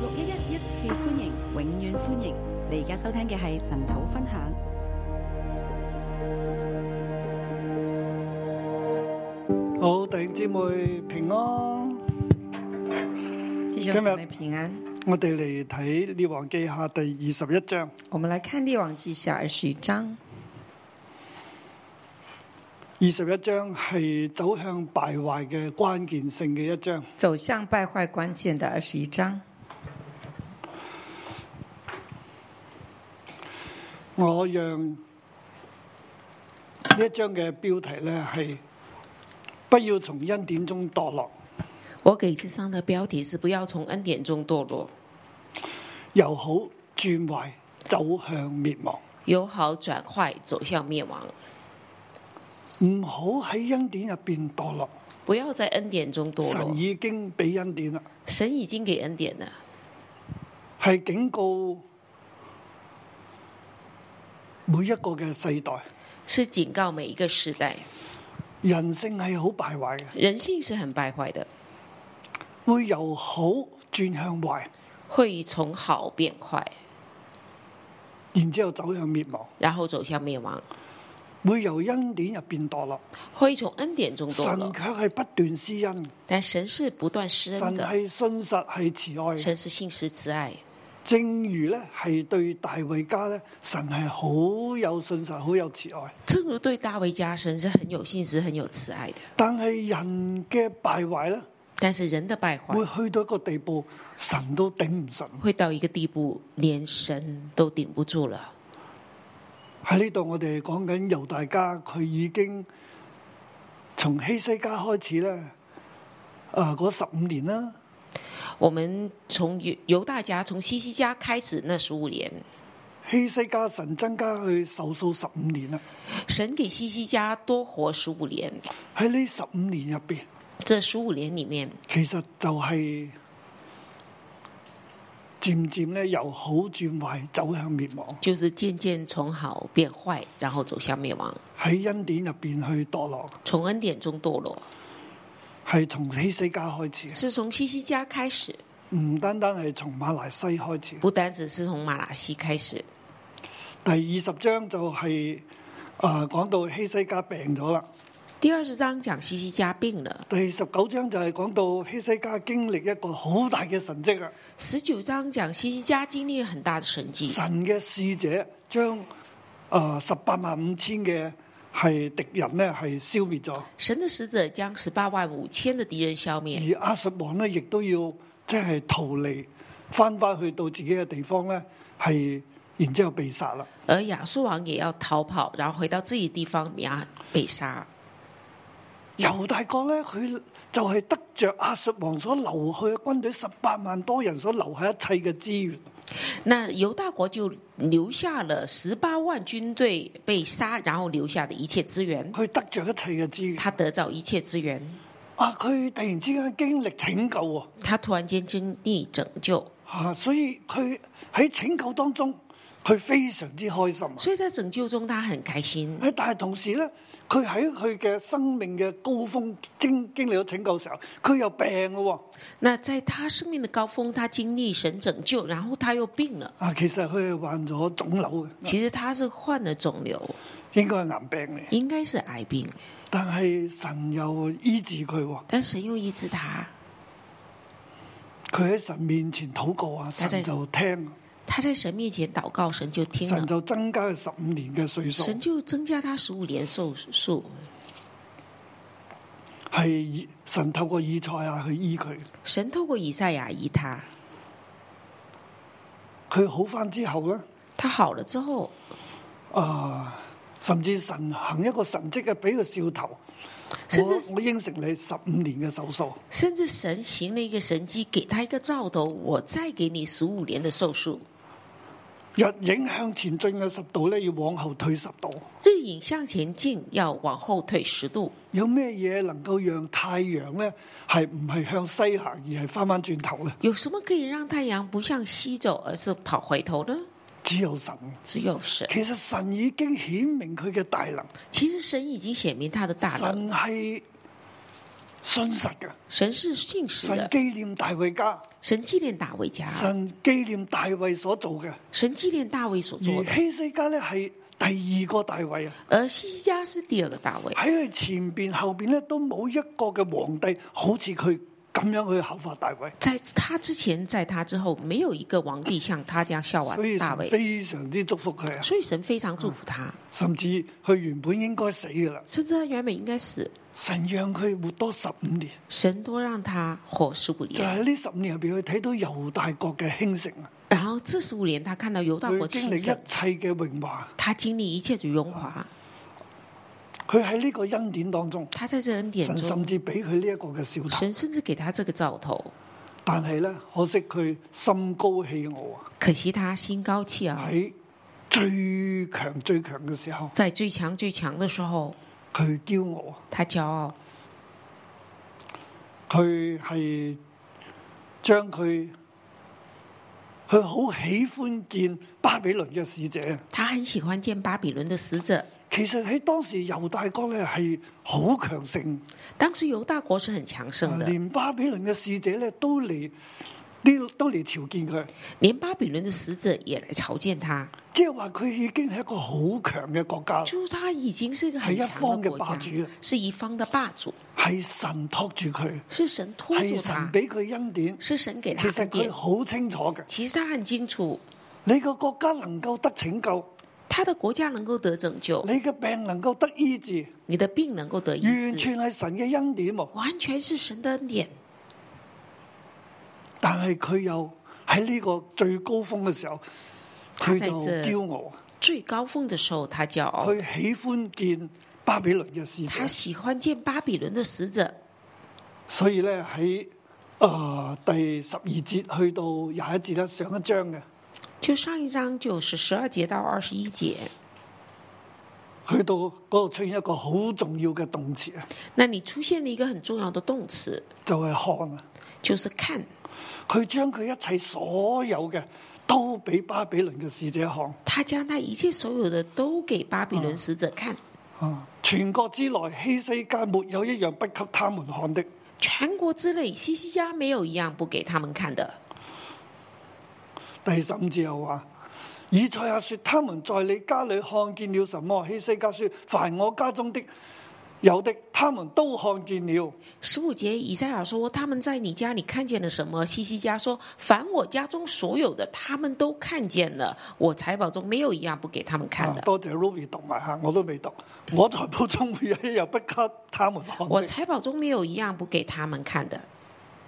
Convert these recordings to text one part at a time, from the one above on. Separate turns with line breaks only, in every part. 六一一一次歡迎，永遠歡迎！你而家收聽嘅係神土分享。
好，弟兄姊妹平安。
弟兄姊妹平安，
我哋嚟睇《列王記下》第二十一章。
我们来看《列王记下》二十一章。
二十一章係走向敗壞嘅關鍵性嘅一章。
走向败坏关键的二十一章，
我讓呢一章嘅標題呢係不要從恩典中墮落，
我给这章的标题是“不要从恩典中堕落，
由好轉壞，走向滅亡。
由好转坏，走向灭亡。
唔好喺恩典入邊墮落，
不要在恩典中堕落
神。已經俾恩典啦，
神已经给恩典了，
係警告每一個嘅世代。
是警告每一个时代，
人性係好敗壞嘅，
人性是很败坏的，
會由好轉向壞，
会从好变坏，
然之後走向滅亡，
然后走向灭亡，
會由恩典入邊墮落。
会从恩典中堕
神
落。
卻係不斷施恩，
但神是不断施恩
神
的，
係信實係慈愛嘅。
神是信实慈爱。
正如呢係對大衛家呢，神係好有信實，好有慈愛。
正如对大卫家，神是很有信实、很有慈爱的。
但係人嘅敗壞呢，
但是人的败坏
會去到一個地步，神都頂唔順。
会到一个地步，连神都顶不住了。
喺呢度我哋講緊猶大家，佢已經從希西家開始咧，诶嗰十五年啦，
我们从犹犹大家从西西家开始那十五年，
希西家神增加佢壽數十五年啦。
神给西西家多活十五年。
喺呢十五年入边，
这十五年里面，
其實就係漸漸咧由好轉壞，走向滅亡。
就是渐渐从好变坏，然后走向灭亡，
喺恩典入边去墮落，
从恩典中堕落，
係從希西家開始嘅，
是从西西家开始，
唔單單係從馬來西開始。
不单只是从马拉西开始。
第二十章就係啊講到希西家病咗啦。
第二十章讲西西家病了，
第十九章就係講到希西家經歷一個好大嘅神蹟啊！
十九章讲西西家经历了很大的神迹，
神嘅使者將啊十八萬五千嘅係敵人呢係消滅咗，
神的使者将十八万五千的敌人消灭，
而阿述王呢亦都要即係逃離，翻翻去到自己嘅地方呢，係然之後被殺啦。
而亚述王也要逃跑，然后回到自己地方，然后被杀。
猶大國呢，佢就係得着阿述王所留去嘅軍隊十八萬多人所留喺一切嘅資源。
那犹大国就留下了十八万军队被杀，然后留下的一切资源，
佢得着一切嘅資源，
他得到一切资源，
啊！佢突然之間經歷拯救喎、
他突然间经历拯救，
啊，所以佢喺拯救當中，佢非常之開心啊！
所以在拯救中他很开心。
誒，但係同時咧，佢喺佢嘅生命嘅高峰經經歷咗拯救嘅時候，佢又病嘅喎。
那在他生命的高峰，他经历神拯救，然后他又病了。
啊，其實佢係患咗腫瘤嘅，
其实他是患了肿瘤，
應該係癌病嚟。
应该是癌病，
但係神又醫治佢喎，
但神又医治他。
佢喺神面前禱告啊，
但係
神就聽，
他在神面前祷告，神就听
神
了，
就增加佢十五年嘅歲數，
啊神就增加他十五年寿数。
係以神透過以賽亞去醫佢。
神透过以赛亚医他，
佢好翻之後咧，
他好了之后，
啊，甚至神行一個神蹟嘅，俾個兆頭。
甚至
我我應承你十五年嘅手數，
甚至神行了一个神迹，给他一个兆头，我再给你十五年的寿数。
若影向前進嘅十度咧，要往後退十度。
日影向前进，要往后退十度。
有咩嘢能夠讓太陽咧係唔係向西行，而係翻翻轉頭咧？
有什么可以让太阳不向西走，而是跑回头呢？
只有神。
只有神。
其實神已經顯明佢嘅大能，
其实神已经显明他的大能，
神係信實嘅，
神是信实
神
的，
紀念大衛家，
神纪念大卫家，
神紀念大衛所做嘅。
神纪念大卫所做的
而。希西家咧係第二個大衛啊，
而西西家是第二个大卫，
喺佢前邊後邊咧都冇一個嘅皇帝好似佢咁樣去效法大衛，
在他之前，在他之后，没有一个皇帝像他这样效法
所以
大
神
卫，
非常嗯之祝福佢啊，
所以神非常祝福他，
甚至佢原本應該死噶啦，
甚至他原本应该死，
神讓佢活多十五年，
神多让他活十
就
五年。
喺呢十五年入邊，佢睇到猶大國嘅興盛啊，
然后这十五年，他看到犹大
佢
国
經
兴
歷一
盛，
切嘅榮華，
他经历一切的荣华，
佢喺呢個恩典當中，
他在这恩典
神甚
中，
至俾佢呢一個嘅小頭，
神甚至给他这个兆头。
但係咧，可惜佢心高氣傲啊。
可惜他心高气傲，
喺最強最強嘅時候，
在最强最强的时候，
佢驕傲，啊
他骄傲，
佢係將佢，佢好喜歡見巴比倫嘅使者。
他很喜欢见巴比伦的使者。
其實喺當時猶大國咧係好強盛，
当时犹大国是很强盛的，
連巴比倫嘅使者咧都嚟，啲都嚟朝見佢，
连巴比伦的使者也来朝见他，
即係話佢已經係一個好強嘅國家，
就是他已经是一个很
哦是一方
强
的
的国
霸
家
主，
是一方的霸主，
係神托住佢，
是神托住
係神
他，
俾佢恩典。
是神给
其
他
實
恩
佢
典。
好清楚嘅，
其实他很清楚，
你個國家能夠得拯救。
他的国家能够得拯救
你，嘅病能夠得醫治，
你的病能够得医
完
治，
全係神嘅恩典喎。
完全是神的恩典。
但係佢又喺呢個最高峰嘅時候，佢就哦
他在這
驕傲，
最高峰的时候，他骄傲，
佢喜歡見巴比倫嘅使者
他，喜欢见巴比伦的使者。
所以咧喺誒第十二節去到廿一節咧，上一章嘅
就上一章就是十二节到二十一节，
去到嗰度出現一個好重要嘅動詞啊，
那你出现了一个很重要的动词，
就係、看啊。
就是看。
佢將佢一切所有嘅都俾巴比倫嘅使者看
他将他一切所有的都给巴比伦使者看，
啊！全國之內，希西家沒有一樣不給他們看的。
全国之内，西西家没有一样不给他们看的。
第十五節又話：以賽亞說，他們在你家裏看見了什麼？希西家說：凡我家中的有的，他們都看見了。
十五节，以赛亚说：“他们在你家里看见了什么？”西西家说：“凡我家中所有的，他们都看见了。我财宝中没有一样不给他们看
啊
的。
多謝 Ruby 讀埋嚇，我都未讀。我在報中會有一日不給他們看
我
的。
财宝中没有一样不给他们看的。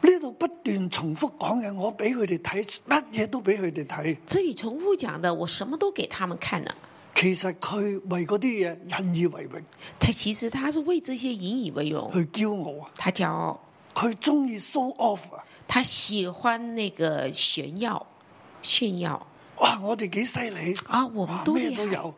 呢度不斷重複講嘅，我俾佢哋睇，乜嘢都俾佢哋睇。”
这里重复讲的，我什么都给他们看了。
其實佢為嗰啲嘢引以為榮，
他其实他是为这些引以为荣，
佢驕傲啊！
他骄傲，
佢中意 show off 啊！
他喜欢那个炫耀，炫耀。
哇，我哋幾犀利
啊，我
哇
们都
咩
厉
都
害
有，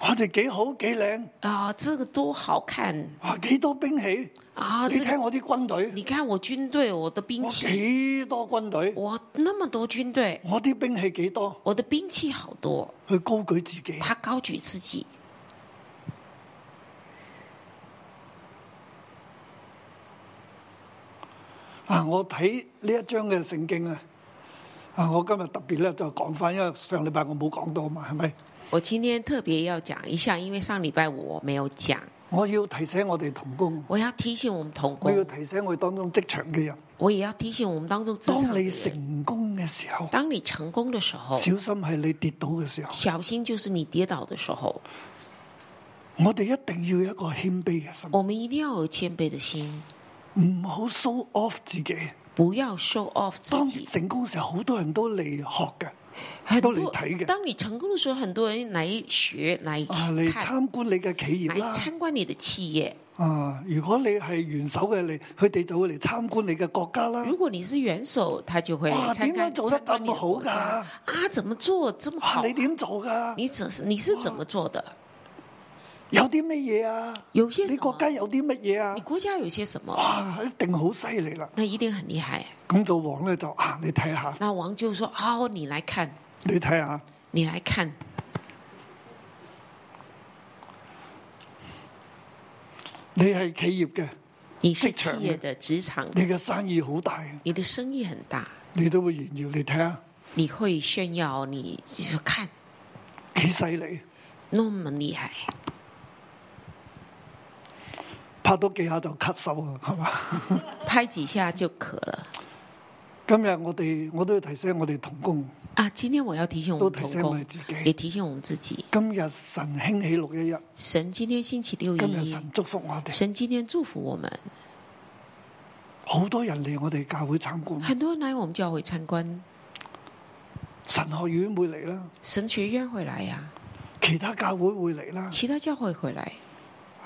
我哋幾好幾靚。
啊，这个多好看
哇！幾多兵器？
啊！
你
这个
睇我啲軍隊，
你看我军队，我的兵
我
器，
幾多軍隊，
我那么多军队，
我啲兵器幾多？
我的兵器好多。
去高舉自己，
他高举自己，
啊！我睇呢一章嘅聖經啊，啊！我今日特別咧就講翻，因為上禮拜我冇講到嘛，係咪？
我今天特别要讲一下，因为上礼拜五我没有讲，
我要提醒我哋同工，
我要提醒我们同
我要
工，
提醒我哋當中職場嘅人，
我也要提醒我们当中职场
當
的
你
人，
成功嘅時候，
当你成功的时候，
小心係你跌倒嘅時候。
小心就是你跌倒的时候，
我哋一定要有一個謙卑嘅心，
我们一定要有谦卑的心，
唔好 show off 自己。
不要 show off 自
當
己。
成功嘅時候，好多人都嚟學嘅。
很
都
多
嚟睇嘅
当你成功的时候，很多人来学、来
啊！嚟
看、
參觀你嘅企業
来
啦，
参观你的企业。
啊！如果你係元首嘅，你佢哋就會嚟參觀你嘅國家啦。
如果你是元首，他就会
啊哇
来参
點
观
解做得
参观你的
咁好
国家
㗎
啊？怎么做这么好
哇！？你點做㗎？
你怎你是怎么做的？
有啲乜嘢啊？
有些什
你
么
國家有啲乜嘢啊
你？国家有些什么？
哇！一定好犀利啦！
那一定很厉害。
咁做王咧就啊，你睇下，
那王就说：“哦，你来看，
你睇下，
你来看，
你係企業嘅，
你是
職場
企
嘅
业的职场，
你嘅生意好大，
你的生意很大，
你都會炫耀你睇下
你会炫耀，你就是看
幾犀利，
那么厉害，
拍多幾下就咳嗽啊，係嘛？
拍几下就渴了
今日我哋我都要提醒我哋同工，
啊！今天我要提醒我
都
们
提
同
醒我
工
哋，自
也
己。
提醒我们自己，
今日神興起六一一，
神今天星期六
今日
一，
神祝福我哋，
神今天祝福我们，
好多人嚟我哋教會參觀，
很多人来我们教会参观，
神學院會嚟啦，
神学院会来呀、
其他教會會嚟啦，
其他教会会来，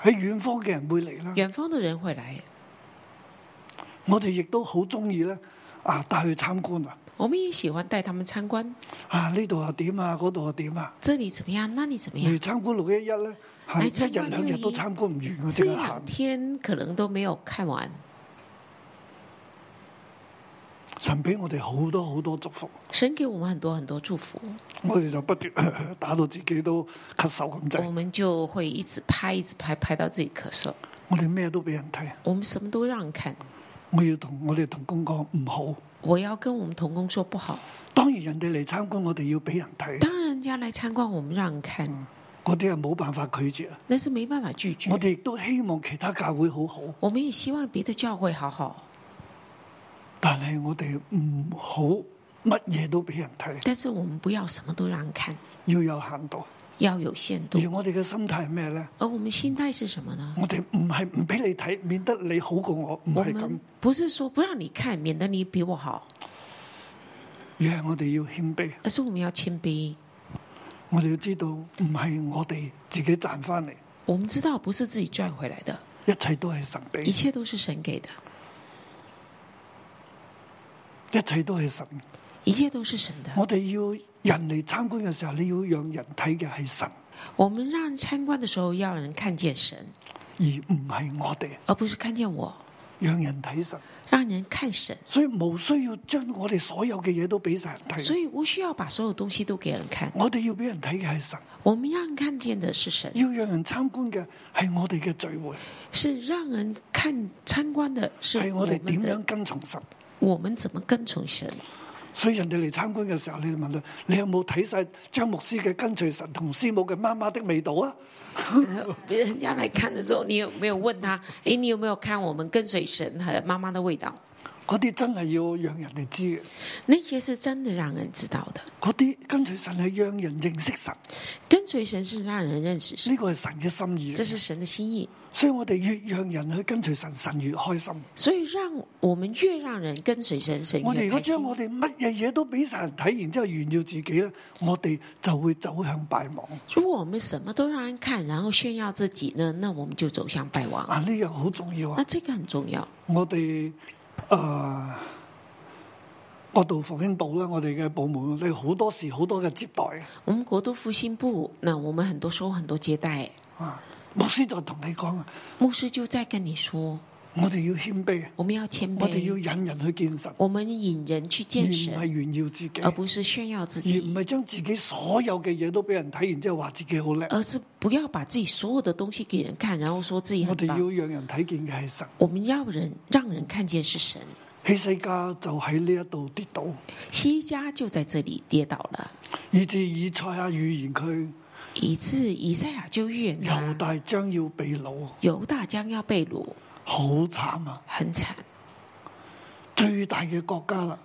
喺遠方嘅人會嚟啦。
远方的人会来，啊
我哋亦都好中意咧，啊帶去參觀啊，
我们也喜欢帶他们參觀，
啊呢度又點啊，嗰度又點啊。
這裡怎麼樣，那裡怎麼樣。
嚟參觀六一一咧，係
哎嚟
一
參
日
觀
兩日都
611
參觀唔完我
這
淨係
兩
行。
天可能都沒有看完，
神俾我哋好多好多祝福，
神給我們很多很多祝福，
我哋就不斷 打到自己都咳嗽咁
我
滯。
們就會一直拍，一直拍，拍到自己咳嗽。
我哋咩都俾人睇，
我們什麼都讓人看，
我要同我哋同工講唔好。
我要跟我們同工說不好。
當然人哋嚟參觀，我哋要俾人睇，
當然，人家來參觀，我們讓人看，
嗰啲係冇辦法拒絕啊。
那是沒辦法拒
嗯我
絕。
哋亦都希望其他教會好好，
我們也希望別的教會好好，
但係我哋唔好乜嘢都俾人睇，
但是我們不要什麼都讓人看，
要有限度。
要有限度
而。我哋嘅心態係咩咧？
而我們心態是什麼呢？
我哋唔係唔俾你睇，免得你好過我，唔
我
係咁
們。不是說不讓你看，免得你比我好，
而係我哋要謙卑，
而是我們要谦卑。
我哋要知道唔係我哋自己賺翻嚟，
我们知道不是自己赚回来的，
一切都係神俾，
一
一
切都是神给的，
切都係神。
一切都是神的。
我哋要人嚟參觀嘅時候，你要讓人睇嘅係神，
我们让人参观的时候，要让人看见神，
而唔係我哋，
而不是看见我，
讓人睇神。
让人看神。
所以冇需要將我哋所有嘅嘢都俾晒人
所
睇。
以无需要把所有东西都给人看，
我哋要俾人睇嘅係神，
我们让人看见的是神，
要讓人參觀嘅係我哋嘅聚會，
是让人看参观的是
係
我
我哋
们
點樣
的，
跟從神。
我们怎么跟从神。
所以人哋嚟參觀嘅時候，你問佢：你有冇睇晒張牧師嘅跟隨神同師母嘅媽媽的味道啊？
呃别人家来看的时候，你有没有问他？诶，你有没有看我们跟随神和妈妈的味道？
嗰啲真係要讓人哋知嘅，
那些是真的让人知道的。
嗰啲跟隨神係讓人認識神，呢、
跟随神是让人认识神，
個係神嘅心意嚟。
这是神的心意。
所以我哋越讓人去跟隨神，神越開心。
所以让我们越让人跟随神，神
我哋
越
如果
开心
將。我哋乜嘢嘢都俾晒人睇，然之後炫耀自己咧，我哋就會走向敗亡。
如果我们什么都让人看，然后炫耀自己呢，那我们就走向败亡。
啊，呢樣好重要
那
啊！
这个很重要。
我哋诶、呃、國度復興部啦，我哋嘅部門，你好多時好多嘅接待啊嘅
我们国度复兴部，那我们很多时候很多接待，
啊。牧師就同你講啊，
牧师就在跟你说，
我哋要謙卑，
我们要谦
我哋要
卑，
引人去見神，
我们引人去
而
见
唔係
神，
炫耀自己，
而
而
不是炫耀自
唔
己，
係將自己所有嘅嘢都俾人睇，然之後話自己好叻。
而是不要把自己所有的东西给人看，然后说自己
我
很
哋
棒。
要讓人睇見嘅係神。
我们要人让人看见是神。
希西家就喺呢一度跌倒，
西家就在这里跌倒了，
以至以賽亞預言佢
以致以赛亚就预言
猶
他
大將要被掳，
犹大将要被掳，
好慘啊！
很惨。
最大嘅國家啦，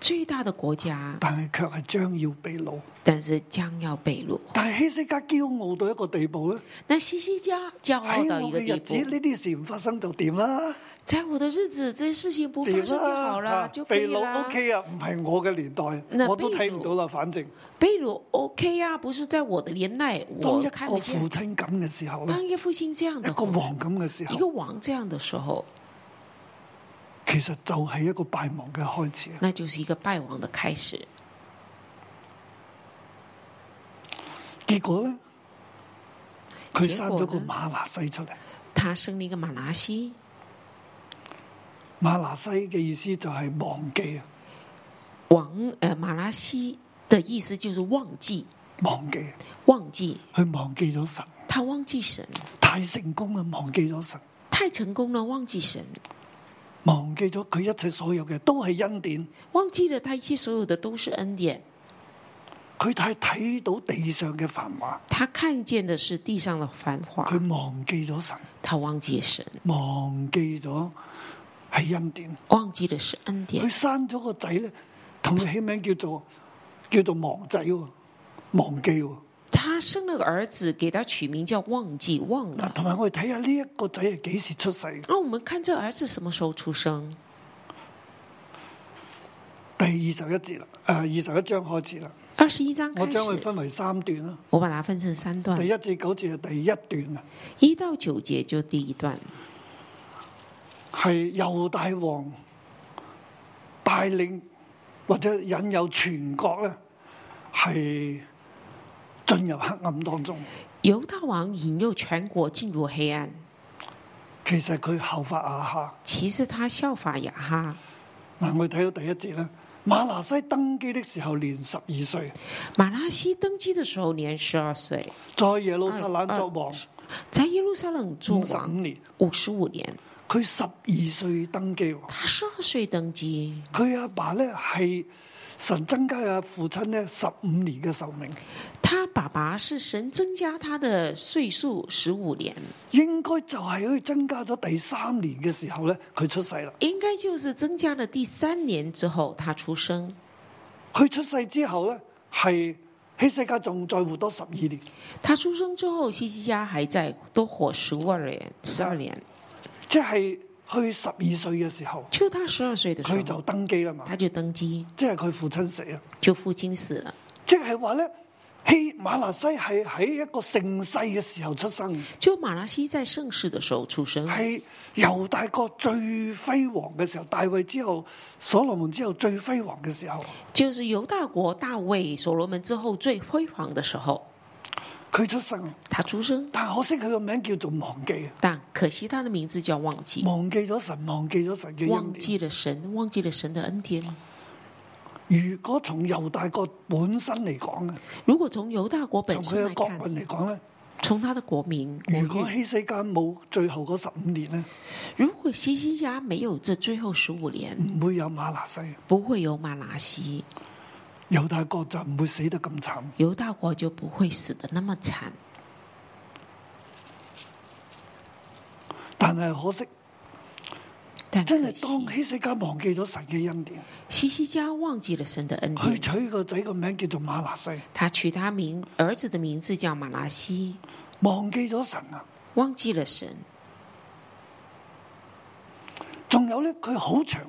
最大的国家，
但係卻係將要被掳。
但是将要被掳。
但係希西家驕傲到一個地步咧，
那西西家骄傲
喺
到
我
一个
嘅
地
日子
步，
呢啲事唔發生就掂啦，
在我的日子，这些事情不发
掂
生就好
啦，
了，
啊
就可以
被
了
掳。OK 啊，唔係我嘅年代，
嗱
我都睇
被
唔
擄
到啦。反正
被掳 OK 啊，不是在我的年代，
當
我
一
看
個
得见
父。親咁嘅時候
当
咧，
一个父亲这样
一
的
個
时候，
王咁嘅時
一个
候，
王这样的时候，
其實就係一個敗亡嘅開始。啊
那就是一个败亡的开始。
結果咧，佢生咗
結
個
果呢
馬拿西出嚟。
他生了一个马拿西，
馬拿西嘅意思就係忘記啊，
王呃马拉西的意思就是忘记，
忘記，啊
忘记
佢忘記咗神，
他忘记神，
太成功啦，忘記咗神，
太成功了，忘记神，
忘記咗佢一切所有嘅都係恩典。
忘记了他一切所有的都是恩典。
佢太睇到地上嘅繁華，
他看见的是地上的繁华，
佢忘記咗神，
他忘记神，
忘記咗係恩典。
忘记的是恩典
佢。生咗個仔咧，同佢起名叫做叫做忘仔喎，忘記喎。
他生了个儿子，给他取名叫忘记，忘
嗱，
了。
同埋我哋睇下呢一個仔係幾時出世？
那我们看这儿子什么时候出生？
第二十一節啦，诶、二十一章開始啦。
二十一章
我
开始，
將佢
我
分為三段啦，
把它分成三段
第，一至九節係第一段啊，
一到九节就第一段，
係猶大王帶領或者引誘全國咧，係進入黑暗當中。
犹大王引诱全国进入黑暗。
其實佢效法亞哈。
其实他效法雅哈。
嗱，我哋睇到第一節啦，馬拿西登基的時候年十二歲，
马拉西登基的时候年十二岁，
在耶路撒冷作王
在耶路撒冷做
五十五
王
年。
五十五年。
佢十二歲登基喎，
他十二岁登基，
佢阿爸咧係神增加嘅父親咧十五年嘅壽命，
他爸爸是神增加他的岁数十五年，
應該就係佢增加咗第三年嘅時候咧，佢出世啦。
应该就是增加了第三年之后他出生。
佢出世之後咧，係希西家仲再活多十二年，
他出生之后，西西家还在多活十五二年，十二年，
即係去十二歲嘅時候，
就他十二岁的
佢
时
就
候，
登基啦嘛，
他就登基，
即係佢父親死啊。
就父亲死了。
即係話咧，希馬拿西係喺一個盛世嘅時候出生，
就马拉西在盛世的时候出生，
係猶大國最輝煌嘅時候，大衛之後，所羅門之後最輝煌嘅時候，
就是犹大国大卫、所罗门之后最辉煌的时候，
佢出生。
他出生。
但可惜佢個名叫做忘記，啊
但可惜他的名字叫忘记，
忘記咗神，忘記咗神嘅恩
忘
典。
记了神，忘记了神的恩典。
如果從猶大國本身嚟講啊，
如果从犹大国
從
本身
佢嘅
来
國
看，
民嚟講咧，
从他的国民，
如
国
果
运
希西家冇最後嗰十五年咧，
如果西西家没有这最后十五年，
唔會有馬拿西，
不会有马拉西，
猶大國就唔會死得咁慘。
犹大国就不会死的那么惨。
但係可惜，
但
真
可
係當
惜，
希西家忘記咗神嘅恩典，
西西家忘记了神的恩
佢
典，
取個仔個名叫做馬拿西，
他取他名儿子的名字叫马拉西，
忘記咗神啊！
忘记了神。
仲有咧，佢好長，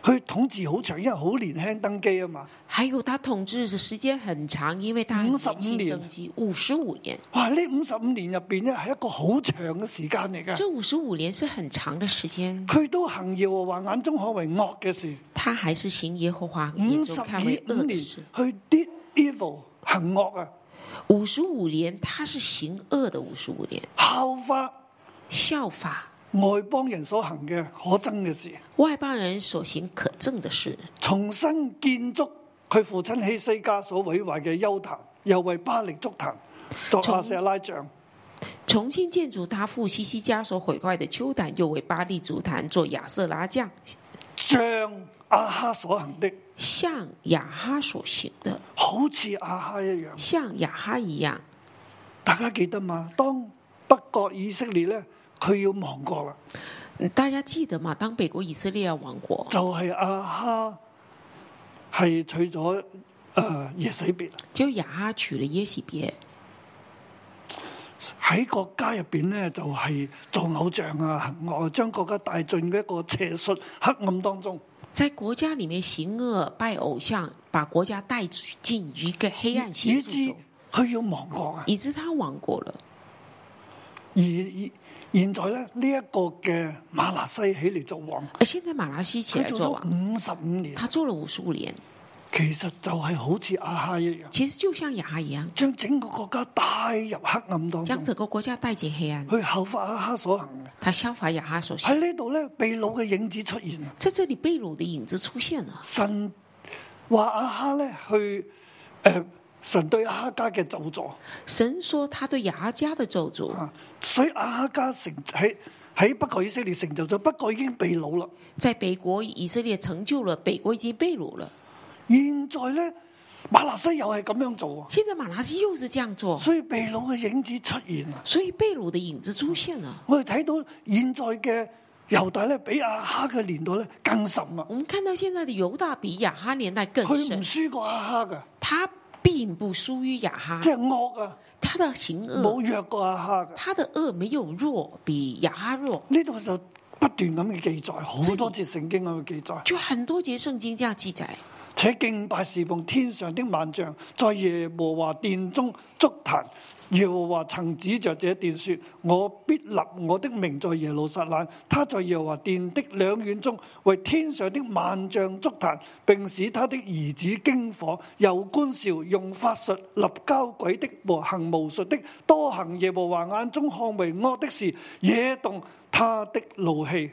佢統治好長，因為好年輕登基啊嘛。
还有他统治的时间很长，因为他很
55
年轻
年
登基，五十五年。
哇！呢五十五年入边咧，係一個好長嘅時間嚟㗎。
这五十五年是很长的时间，
佢都行耶和華眼中看為惡嘅事，
他还是行耶和华眼
五
中
十
看为
五
恶
年去
的事。
did evil 行惡啊，
五十五年，他是行恶的五十五年，
效法
效法
外邦人所行嘅可憎嘅事，
外邦人所行可憎的事，
重新建築佢父親希西家所毀壞嘅丘壇，又為巴力築壇作亞舍拉像。
重新建筑他父西西家所毁坏的丘坛，又为巴利足坛做亚瑟拉将，
像阿哈所行的，
像亚哈所行的，
好似阿哈一樣。
像亚哈一样。
大家記得嘛？當北國以色列咧，佢要亡國啦，
嗯大家记得吗？当北国以色列要亡国，
就係阿哈係娶咗诶耶洗別
就亚哈娶了耶喜别，
喺國家入边咧，就係做偶像啊，行惡啊，將國家帶進一個邪術黑暗當中。
在国家里面行恶、拜偶像，把国家带进一个黑暗
以
邪
致
术中，
佢要亡國啊！
以致他亡国了。
而而現在咧，呢、一個嘅馬拿西起嚟做王，
而现在马拉西起
佢
来
做
做
咗
王，
五十五年，
啊他做了五十五年，
其實就係好似阿哈一樣，
其实就像雅哈一样，
將整個國家帶入黑暗當中，
将
嗯
整个国家带进黑暗。
去效法阿哈所行嘅。
他效法雅哈所行，
喺呢度咧，秘掳嘅影子出現啊！
在这里被掳的影子出现了。
神話阿哈咧去诶、呃神對阿哈家嘅咒詛。嗯
神说他对雅哈家的咒诅，
啊，所以阿哈家成喺喺北國以色列成就咗，北國已經被擄啦。
在北国以色列成就了，北国已经被掳了。
現在咧，馬拿西又係咁樣做啊，
现在马拉西又是这样做，
所以被擄嘅影子出現啊。
所以被掳的影子出现了。
我哋睇到現在嘅猶大咧，比亞哈嘅年代咧更甚啊，
我们看到现在的犹大比亚哈年代更
佢唔
深，
輸過亞哈噶，
他并不输于亚哈
即，係惡啊，
他的行恶，
冇弱過亞哈噶。
他的恶没有弱，比亚哈弱。
呢度就不斷咁嘅記載，好多節聖經咁嘅記載。
就很多节圣经这样记载，
且敬拜侍奉天上的萬象，在耶和華殿中築壇。耶和華曾指着這殿說：我必立我的名在耶路撒冷，他在耶和華殿的兩院中為天上的萬象築壇，並使他的兒子經火，有官兆，用法術立交鬼的和行巫術的，多行耶和華眼中看為惡的事，惹動他的怒氣。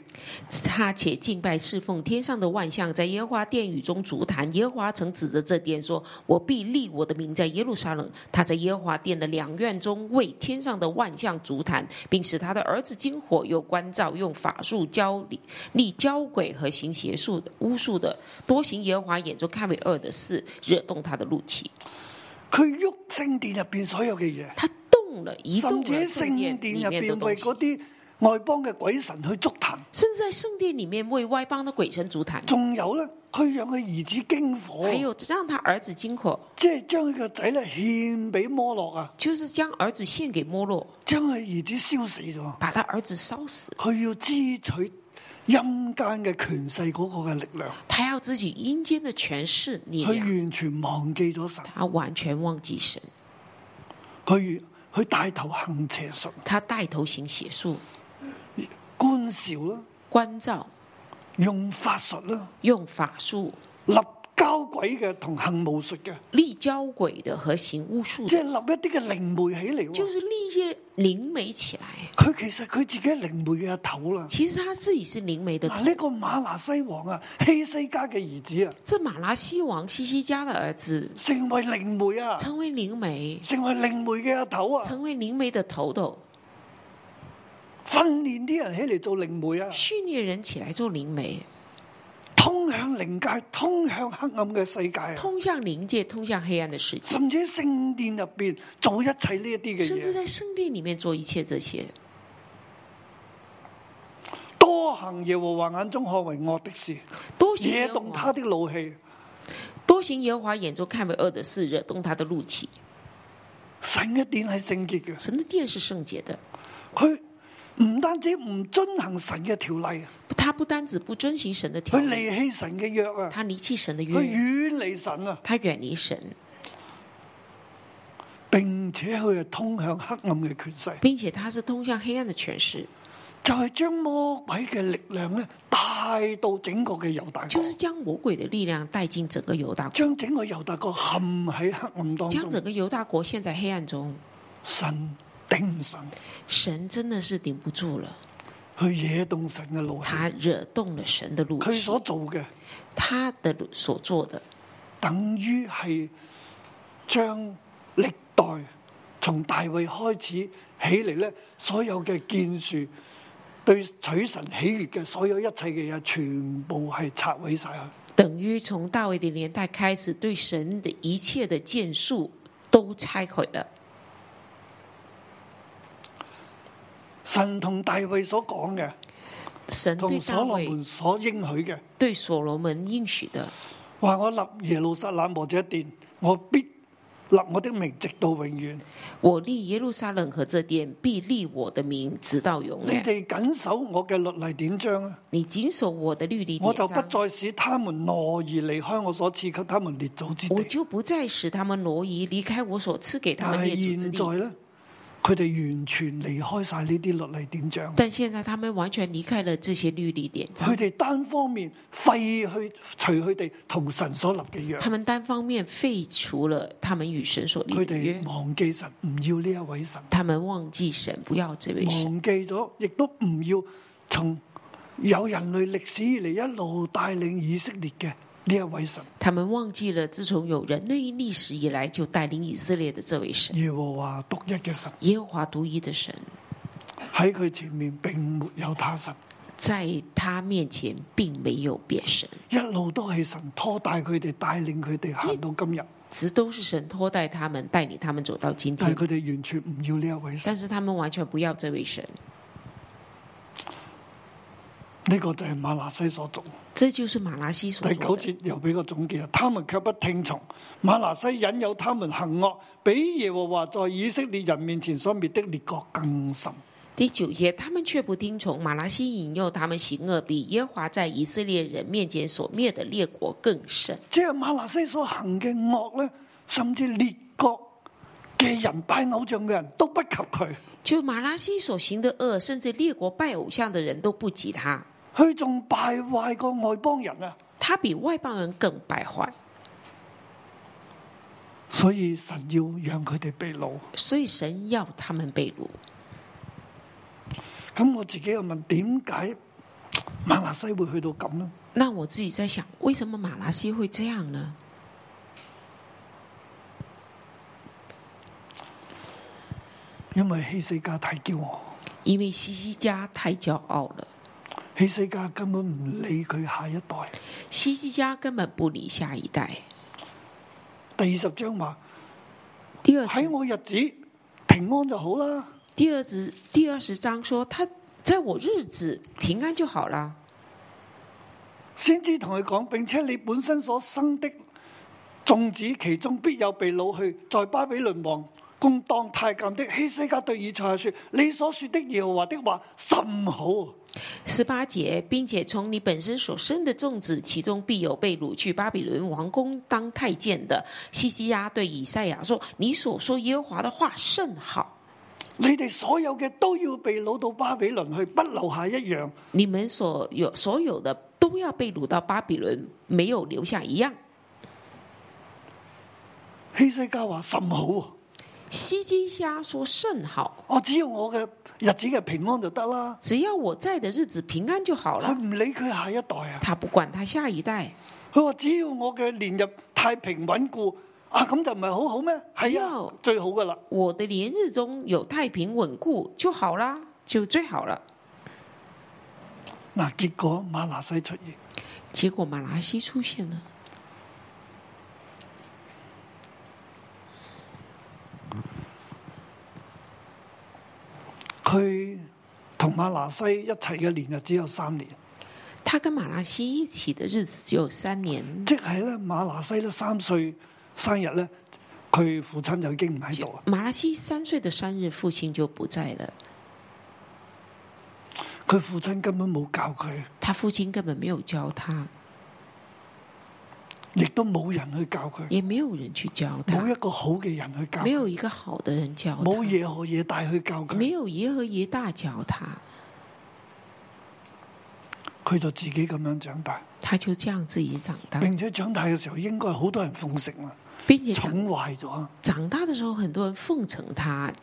他且敬拜侍奉天上的万象，在耶和华殿宇中足坛。耶和华曾指着这殿说：“我必立我的名在耶路撒冷。”他在耶和华殿的两院中为天上的万象足坛，并使他的儿子金火又关照，用法术教理立交鬼和行邪术的巫术的，多行耶和华眼中看为恶的事，惹动他的怒气。
佢喐聖殿入邊所有嘅嘢。
他动了，移动
甚
了
至喺
圣
聖
殿
殿
里
入
面的
边為
东西
嗰，啲外邦嘅鬼神去捉坛，
甚至在圣殿里面为外邦的鬼神足坛。
仲有咧，佢讓佢兒子經火
还，有让他儿子金火，
即係將佢個仔咧獻俾摩洛啊，
就是將儿子獻給摩洛，
將佢兒子燒死咗。
把他儿子烧死。
佢要支取陰間嘅權勢嗰個嘅力量，
他要自己阴间的权势力
佢
量，
完全忘記咗神，
他完全忘记神，
佢佢帶頭行邪術、
他带头行邪术、
官兆啦，
关照、
用法術啦，
用法术、
立交鬼嘅同行巫術嘅，
立交鬼的和行巫术
即係
的，
立一啲嘅靈媒起嚟
就
喎。
是立一些灵媒起来。
佢其實佢自己係靈媒嘅阿頭啦。
其实他自己是灵媒的头
嗱，。呢個馬拿西王啊，希西家嘅兒子啊，
这马拉西王西西家的儿子
成為靈媒啊，
成为灵媒，
成為靈媒嘅阿頭啊，
成为灵媒的头头，
訓練啲人起嚟做靈媒啊，
训练人起来做灵媒，
通向靈界，通向黑暗嘅世界啊，
通向灵界，通向黑暗的世界。
甚至喺聖殿入边做一切呢一啲
甚
嘅
至
嘢，
在圣殿里面做一切这些，
多行耶和華眼中看為惡的事，
多行
惹
耶和
動
华
他的怒氣。
多行耶和华眼中看为恶的事，惹动他的怒气。
神嘅殿係聖潔嘅，
神的殿是圣洁的，
佢唔單止唔遵行神嘅條例，
他不单只不遵行神的条
佢
例，
離棄神嘅約啊，
他离弃神的
佢
约，
遠離神啊。
他远离神，
並且佢係通向黑暗嘅權勢，
并且他是通向黑暗的权势，
就係將魔鬼嘅力量咧帶到整個嘅猶大國
就是，将魔鬼的力量带进整个犹大国，
將整個猶大國陷喺黑暗當
将整
中。
个犹大国陷在黑暗中。
神頂唔順，
神真的是顶不住了，
去惹動神嘅怒氣。
他惹动了神的怒
佢所
气，
做嘅
他的所做的
等於係將歷代從大衛開始起嚟咧，所有嘅建樹對取神喜悦嘅所有一切嘅嘢，全部係拆毀晒佢。
等于从大卫的年代开始，对神的一切的建树都拆毁了。
神同大衛所講嘅。
神
同
对大
所羅
卫
門所應許嘅，
对所罗门应许的，
話我立耶路撒冷和這殿，我必立我的名直到永遠。
我立耶路撒冷和这殿，必立我的名，直到永
你
远。
哋謹守我嘅律例典章啊，
你谨守我的律例
我
典
就不
章，
再使他們挪而離開我所賜給他們列祖之
我
地。
就不再使他们挪移，离开我所赐给他
但
们列
係
祖之
現哎在
地。
呢，佢哋完全離開晒呢啲律例典章，
但现在他们完全离开了这些律例典章
佢，哋單方面廢去除佢哋同神所立嘅約，
他们单方面废除了他们与神所立
佢
的约
哋，忘記神，唔要呢一位神。
他们忘记神，不要这位神。
忘記咗，亦都唔要從有人類歷史以嚟一路帶領以色列嘅呢一位神
他们忘记了，自从有人类历史以来，就带领以色列的这位神，
耶和華獨一嘅神，
耶和华独一的神，
係喺佢前面並沒有他神，
在他面前并没有别神，
一路都係神拖帶佢哋，帶領佢哋行到今日。
直都是神拖带他们，带领他们走到今
但
天。
係佢哋完全唔要呢一位神，
但是他们完全不要这位神，
呢、個就係馬拿西所做。
这就是马拉西所
第九
做的。
節又俾個總結啊，他們卻不聽從馬拿西引誘他們行惡，比耶和華在以色列人面前所滅的列國更甚。
第九节，他们却不听从马拉西引诱他们行恶，比耶和华在以色列人面前所灭的列国更甚。
即係馬拿西所行嘅惡呢，甚至列國嘅人拜偶像嘅人都不及佢，
就马拉西所行的恶，甚至列国拜偶像的人都不及他，
佢仲敗壞過外邦人啊！
他比外邦人更败坏。
所以神要讓佢哋被擄。
所以神要他们被掳。
咁我自己又問：點解馬拿西會去到咁呢？
那我自己在想，为什么马拉西会这样呢？
因為希西家太驕傲，
因为西西家太骄傲了，
希西家根本唔理佢下一代。
西西家根本不理下一代。
第二十章話。
第二
喺
节，
我日子平安就好啦。
第二节，第二十章说他在我日子平安就好了。
先知同佢講，並且你本身所生的眾子，其中必有被擄去，在巴比倫王共當太監的希西家對以賽亞說：你所說的耶和華的話甚好。
十八节，并且从你本身所生的种子，其中必有被掳去巴比伦王宫当太监的。西西亚对以赛亚说：“你所说耶和华的话甚好，
你哋所有嘅都要被擄到巴比倫去，不留下一樣。
你们所有所有的都要被掳到巴比伦，没有留下一样。”
希西家話甚好喎，
西西家说甚好，
我只要我嘅日子嘅平安就得啦。
只要我在的日子平安就好
佢
了。
唔理佢下一代啊。
他不管他下一代，
佢話：只要我嘅連入太平穩固，啊咁就唔係好好咩？
只
係
要
啊，最好噶啦。
我的连日中有太平稳固就好啦，就最好了。
嗱，結果馬拿西出現，
结果马拉西出现了。
佢同馬拿西一齊嘅年日只有三年，
他跟马拉西一起的日子只有三年，
即係咧馬拿西咧三歲生日咧，佢父親就已經唔喺度啦。
马拉西三岁的生日，父亲就不在了。
佢父親根本冇教佢，
他父亲根本没有教他，
亦都冇人去教佢，
也没有人去教
冇
他
一，個好嘅人去教
没
佢，
有一个好的人教他，
冇耶何耶大去教
没
佢，
有耶和耶大教他，
佢就自己咁樣長大。
他就这样自己长大，
並且長大嘅時候應該好多人奉承啦，
并且长
寵壞咗啊。
长大的时候，很多人奉承他，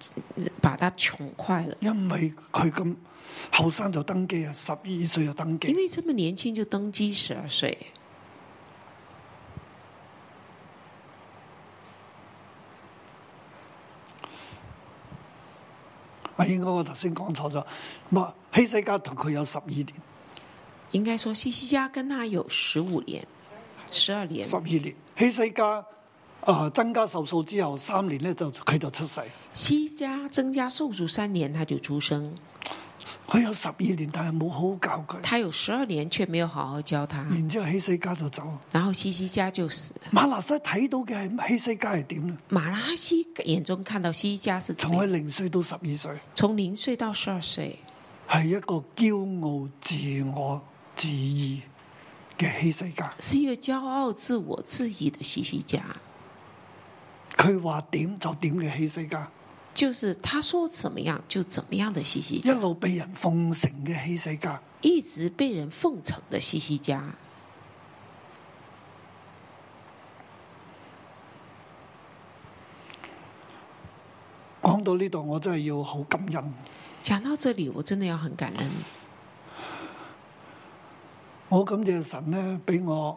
把他宠坏了，
因為佢咁後生就登基啊，十二歲就登
因
基，
为这么年轻就登基十二岁，
啊應該我頭先講錯咗，嘛希西家同佢有十二年，
应该说西西家跟他有十五年，十二年
十，二年希西家啊、增加壽數之後三年咧就佢就出世，
西家增加寿数三年，他就出生。
佢有十二年但係冇好好教佢，
他有十二年却没有好好教他，
然之後希西家就走。
然后西西家就死了。
馬拿西睇到嘅係希西家係點呢？
马拉西眼中看到西西家是怎
從
么
佢
样
零歲到十二歲，
从零岁到十二岁，
係一個驕傲、自我、自義嘅希西家。
是一个骄傲、自我、自疑的西西家，
佢話點就點嘅希西家。
就是他说怎么样就怎么样的西西
一
家，
路被人奉承嘅希西家，
一直被人奉承的西西家。
講到呢度我真係要好感恩。
讲到这里，我真的要很感恩，
我感謝神呢，俾我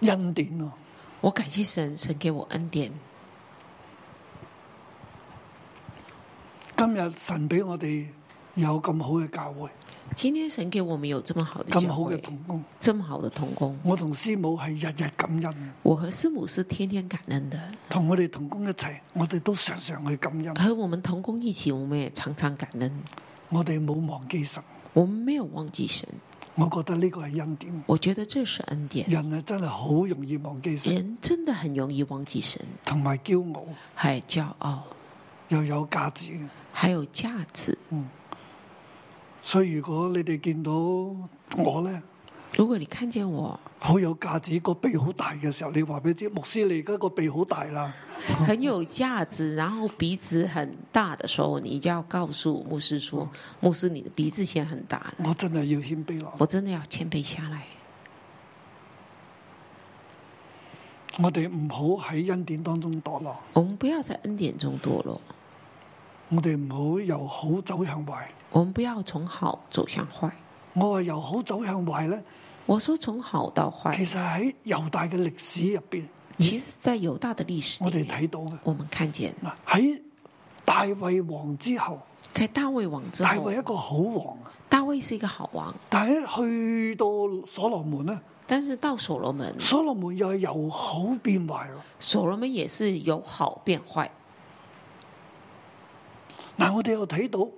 恩典啊！
我感谢神，神给我恩典。
今日神俾我哋有咁好嘅教會，
今天神给我们有这么好的
咁
教
好
会
嘅，同工，
这么好的童工，
我同師母係日日感恩，
我和师母是天天感恩的，
同我哋同工一齊，我哋都常常去感恩，
和我们童工一起，我们也常常感恩，
我哋冇忘記神，
我们没有忘记神。
我覺得呢個係恩典。
我觉得这是恩典。
人啊，真係好容易忘記神，
人真的很容易忘记神，
同埋驕傲，
还骄傲，
又有價值嘅。
还有架子。
所以如果你哋見到我咧，
如果你看见我
好有價值，個鼻好大嘅時候，你話俾佢知，牧師你而家個鼻好大啦，
很有架子，然后鼻子很大的时候，你就要告诉牧师说：“
嗯
牧师，你的鼻子现在很大了，
我真係要謙卑落嚟。
我真的要谦卑下来。
我哋唔好喺恩典當中墮落，
我们不要在恩典中堕落，
我哋唔好由好走向壞。
我们不要從好走向壞。
我話由好走向壞咧，
我说從好到壞，
其實喺猶大嘅歷史入邊，
其實在猶大的歷史
我
里
哋
面，
睇到嘅。
我们看見
嗱喺大衛王之後，
在大衛王之
大啊
後，
衛一個好王，
大衛是一個好王，
但係去到所羅門咧，
但是到所羅門，
所羅門又係由好變壞喎。
所羅門也是由好變壞。
嗱，我哋又睇到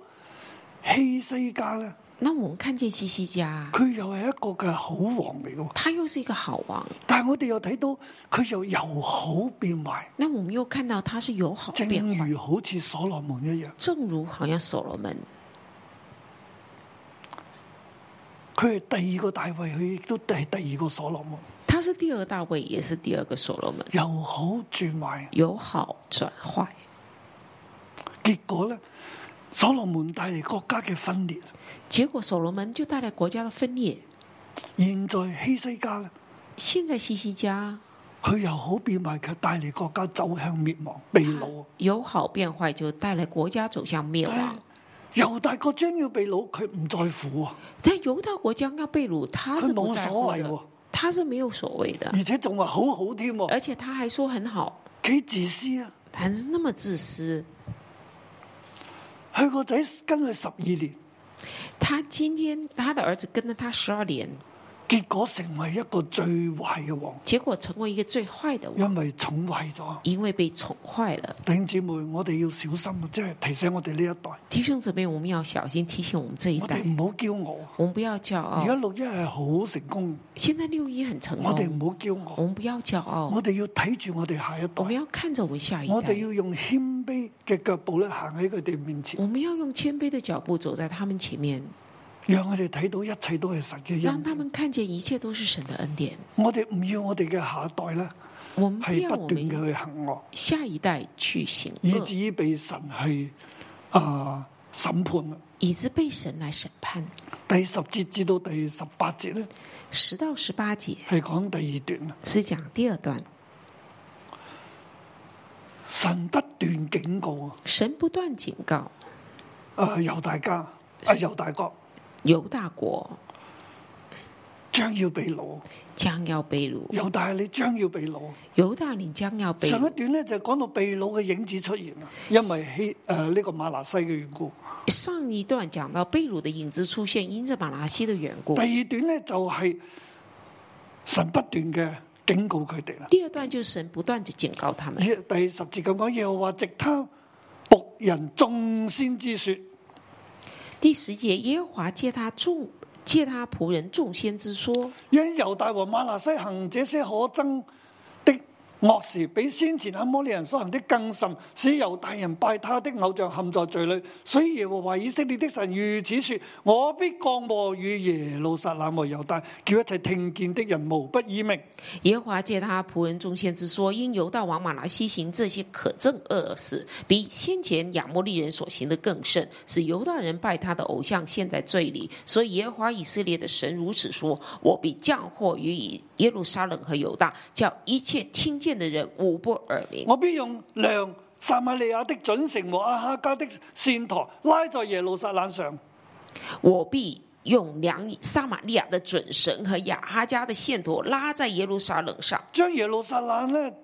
希西家咧，
那我们看見西西家，
佢又係一個嘅好王嚟嘅喎，
他又是一個好王。
但係我哋又睇到佢又由好變壞，
那我們又看到他是由好
正
變壞，
如好似所羅門一樣，
正如好像所羅門，
佢係第二個大衛，佢亦都係第二個所羅門，
他是第二大衛，也是第二個所羅門，
由好轉壞，
由好轉壞。
結果咧，所羅門帶嚟國家嘅分裂。
結果所羅門就帶來國家的分裂。
現在希西家咧，
現在西西家
佢由好變壞，卻帶嚟國家走向滅亡、被擄。啊
由好變壞，就帶來國家走向滅
但
亡
係。猶大國將要被擄，佢唔在乎喎，
但猶大國將要被擄，他是
佢
不
冇
啊在
所
乎啊
謂喎
的，，他是沒有所謂的，
而且仲話好好添喎，
而且他還說很好，
幾自私啊！
還是那麼自私。
佢個仔跟佢十二年，
他今天他的兒子跟了他十二年，
結果成為一個最壞嘅王，
結果成為一個最壞的王，
因為寵壞咗。
因為被寵壞了。
弟兄姊妹，我哋要小心啊！即係提醒我哋呢一代，
弟兄姊妹，我們要小心提醒我們這一
我
代
哋，唔好驕傲。
我們不要驕傲
而。家六一係好成功，
現在六一很成
我哋
功，
唔好驕
我
傲，
們不要驕傲
我，哋要睇住我哋下一
哦我們
代。
要看着我們下一
我
代
哋。要用謙卑嘅腳步咧，行喺佢哋面前，
我們要用謙卑的腳步走在他們前面，
讓佢哋睇到一切都係神嘅
讓
恩
他
典。
們看見一切都是神的恩典。
我哋唔要我哋嘅下一代咧，
我們不
係
要
不
我嗯
斷
們
嘅去行惡，
下一代去行
以
惡，
至被神去啊審判。
以致被神來審判。
第十節至到第十八節咧，
十到十八節
係講第二段。
是講第二段，
神不斷警告啊
神不斷警告
啊猶大家啊猶大國
猶大國
將要被擄，
將要被擄，
猶大你將要被擄。
猶大你將要被
上一
擄。
段咧就講到被擄嘅影子出現啦，因為希誒呢個馬拿西嘅緣故。
上一段講到被擄的影子出現，因着馬拉西的緣故。
第二段咧就係神不斷嘅警告佢哋啦。
第二段就是神不斷的警告他們。
耶第十節咁講，耶和華藉他仆人眾先知說，
第十節，耶和華借他众借他仆人众先知说，
因猶大和馬拿西行這些可憎的惡事，比先前阿摩利人所行的更甚，使猶大人拜他的偶像陷在罪裏。所以耶和華以色列的神如此說：我必降禍與耶路撒冷和猶大，叫一切聽見的人無不以命。
耶和华借他仆人众先知说，因犹大王马拿西行这些可憎恶事，比先前亚摩利人所行的更甚，使犹大人拜他的偶像陷在罪里。所以耶和华以色列的神如此说：我必降祸于以耶路撒冷和犹大，叫一切听见的人捂不耳鸣。
我必用量撒瑪利亞的準城和阿哈家的線台拉在耶路撒冷上。
我必用两撒玛利亚的准绳和亚哈家的线头拉在耶路撒冷上。
將耶路撒冷呃咧，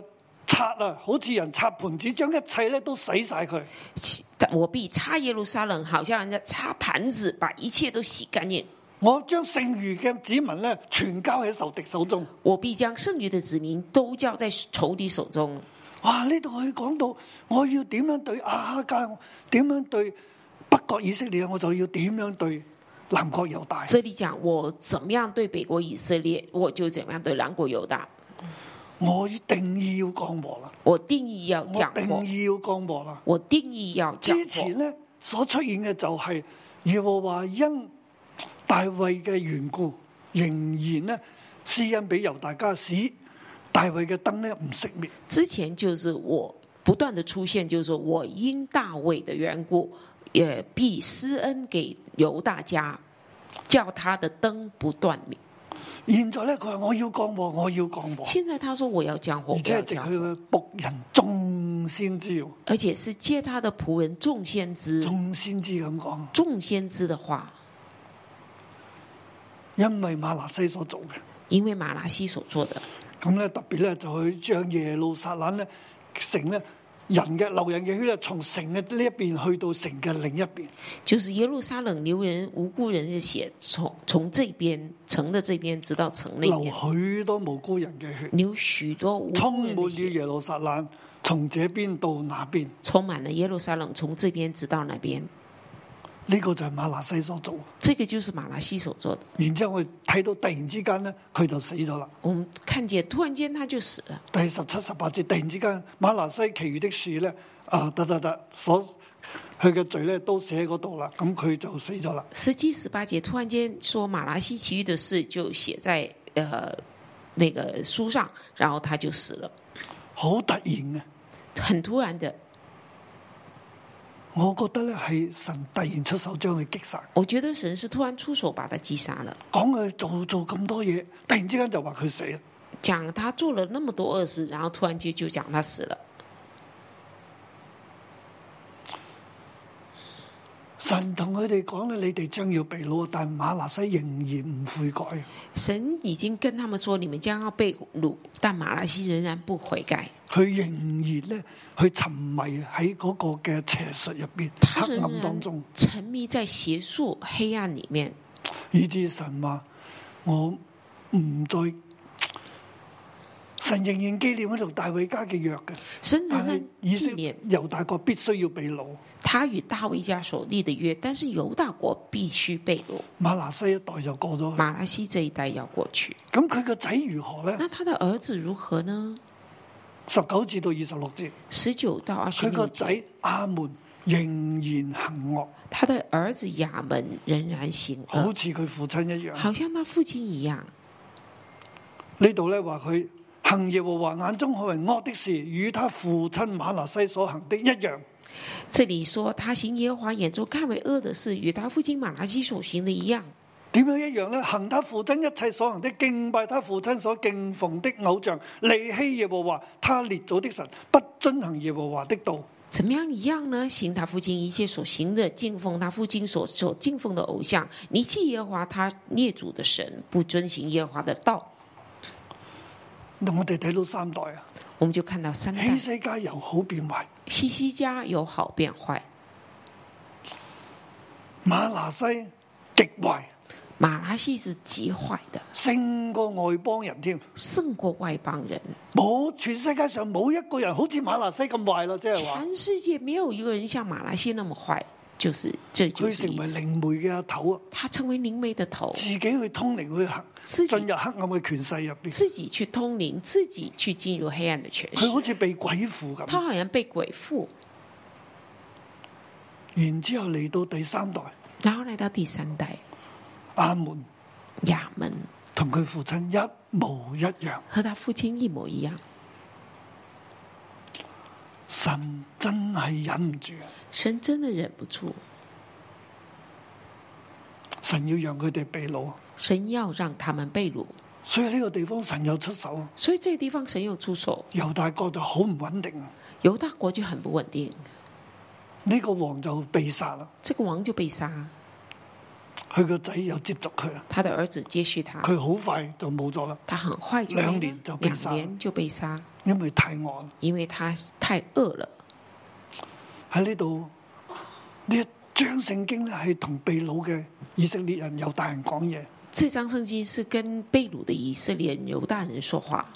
诶、拆啊，好似人拆盤子，將一切咧都洗晒佢。
其但我必擦耶路撒冷，好像人家擦盘子，把一切都洗干净。
我將剩餘嘅子民咧，全交喺仇敵手中。
我必将剩余的子民都交在仇敌手中。
哇！呢度佢講到我要點樣對亞哈家，點樣對北國以色列，啊我就要點樣對南國猶大。
这里讲我怎么样对北国以色列，我就怎么样对南国犹大。
我定義要降和啦，
我定义要
我
讲
定
过，
義要降和啦。
我定义要讲
之前
过。
咧所出現嘅就係耶和華因大衛嘅緣故，仍然咧施恩俾猶大家，使大衛嘅燈咧唔熄滅。
之前就是我不断的出现，就是说我因大卫的缘故，也必施恩给犹大家，叫他的灯不断灭。
現在咧佢話我要降和，我要降和，
现在他说我要降火，
而
我
且
要
係藉
降
佢
火
嘅仆人眾先知喎，
而且是借他的仆人众先知，
眾先知咁講，
众先知的话，
因為馬拿西所做嘅。
因为马拉西所做的，
咁咧特別咧就去將耶路撒冷咧城咧人嘅流人嘅血咧，從城嘅呢一邊去到城嘅另一邊。
就是耶路撒冷流人无辜人的血，从从这边城的这边直到城那
流
边，
許多無辜人嘅血，
流许多无辜
充滿
人的
了
血，
耶路撒冷，從這邊到那邊。
充满了耶路撒冷，从这边直到那边。
呢、個就係馬拿西所做。
这个就是马拉西所做的。
然之後我哋睇到突然之間咧，佢就死咗啦。
我们看见突然间他就呃死了，
第十七、十八節，突然之間，馬拿西其餘的樹咧，啊得得得，所佢嘅罪咧都寫喺嗰度啦，咁佢就死咗啦。
十七、十八节突然间说马拉西其余的事就写在呃那个书上，然后他就呃死了，
好突然嘅，
很突然的。
我覺得咧係神突然出手將佢擊殺，
我觉得神是突然出手把他击杀了，
講佢做做咁多嘢，突然之間就話佢死啦。
讲他做了那么多恶事，然后突然间就讲他死了。
神同佢哋講咧，你哋將要被掳，但馬拿西仍然唔悔改。啊
神已经跟他们说，你们将要被掳，但马拉西仍然不悔改，
佢仍然咧去沉迷喺嗰個嘅邪術入邊、
他
黑
仍
暗當
然
中，
沉迷在邪术黑暗里面。
以致神話我唔再。神仍然紀念嗰度大衛家嘅約嘅，
神仍
但係
然
以色
纪念
列猶大國必須要被掳，
他与大卫家所立的约，但是犹大国必须被掳，
馬拿西一代就過咗去。
马拉西这一代要过去。
咁佢個仔如何呢？
那他的儿子如何呢？
十九至到二十六節，
十九到二十
佢個
六节，
仔阿門仍然行惡，
他的儿子亚门仍然行
好
恶，
似佢父親一樣。
好像他父亲一样。
呢度咧話佢行耶和華眼中看為惡的事，與他父親馬拿西所行的一樣。
这里说他行耶和华眼中看为恶的事，与他父亲马拉西所行的一样。
點樣一樣呢？行他父親一切所行的，敬拜他父親所敬奉的偶像，離棄耶和華他列祖的神，不遵行耶和華的道。
怎么样一样呢？行他父亲一切所行的，敬奉他父亲所所敬奉的偶像，离弃耶和华他列祖的神，不遵行耶和华的道。
我哋睇到三代啊，
我们就看到三代
希西家由好變壞，
西西家有好变坏，
馬拿西極壞，
马拉西是极坏的，
勝過外邦人添。
胜过外邦人。
冇全世界上冇一個人好似馬拿西咁壞啦，即係話
全世界没有一个人像马拉西那么坏，就是这就
佢
是
成
意
為
思。
靈媒嘅阿頭啊。
他成为灵媒的头，
自己去通靈去行，
自己
進入黑暗嘅權勢入邊，
自己去通灵，自己去进入黑暗的权势
佢。好似被鬼附
他
咁。
好像被鬼附，
然之後嚟到第三代，
然后来到第三代
阿門
亚门，
同佢父親一模一樣。
和他父亲一模一样。
神真係忍唔住啊！
神真的忍不住，
神要讓佢哋被掳，啊
神要让他们被掳，
所以呢個地方神又出手，
所以这个地方神又出手，
猶大國就好唔穩定啊！
犹大国就很不稳定，
呢、個王就被殺啦，
这个王就被杀。
佢個仔又接續佢啦，
他的儿子接续他，
佢好快就冇咗啦，
他很快就
两
没了
年就被杀
两年就被杀，
因為太惡啦。
因为他太饿了。
喺呢度呢一章聖經咧係同被掳嘅以色列人猶大人講嘢，
这张圣经是跟被掳的以色列人犹大人说话。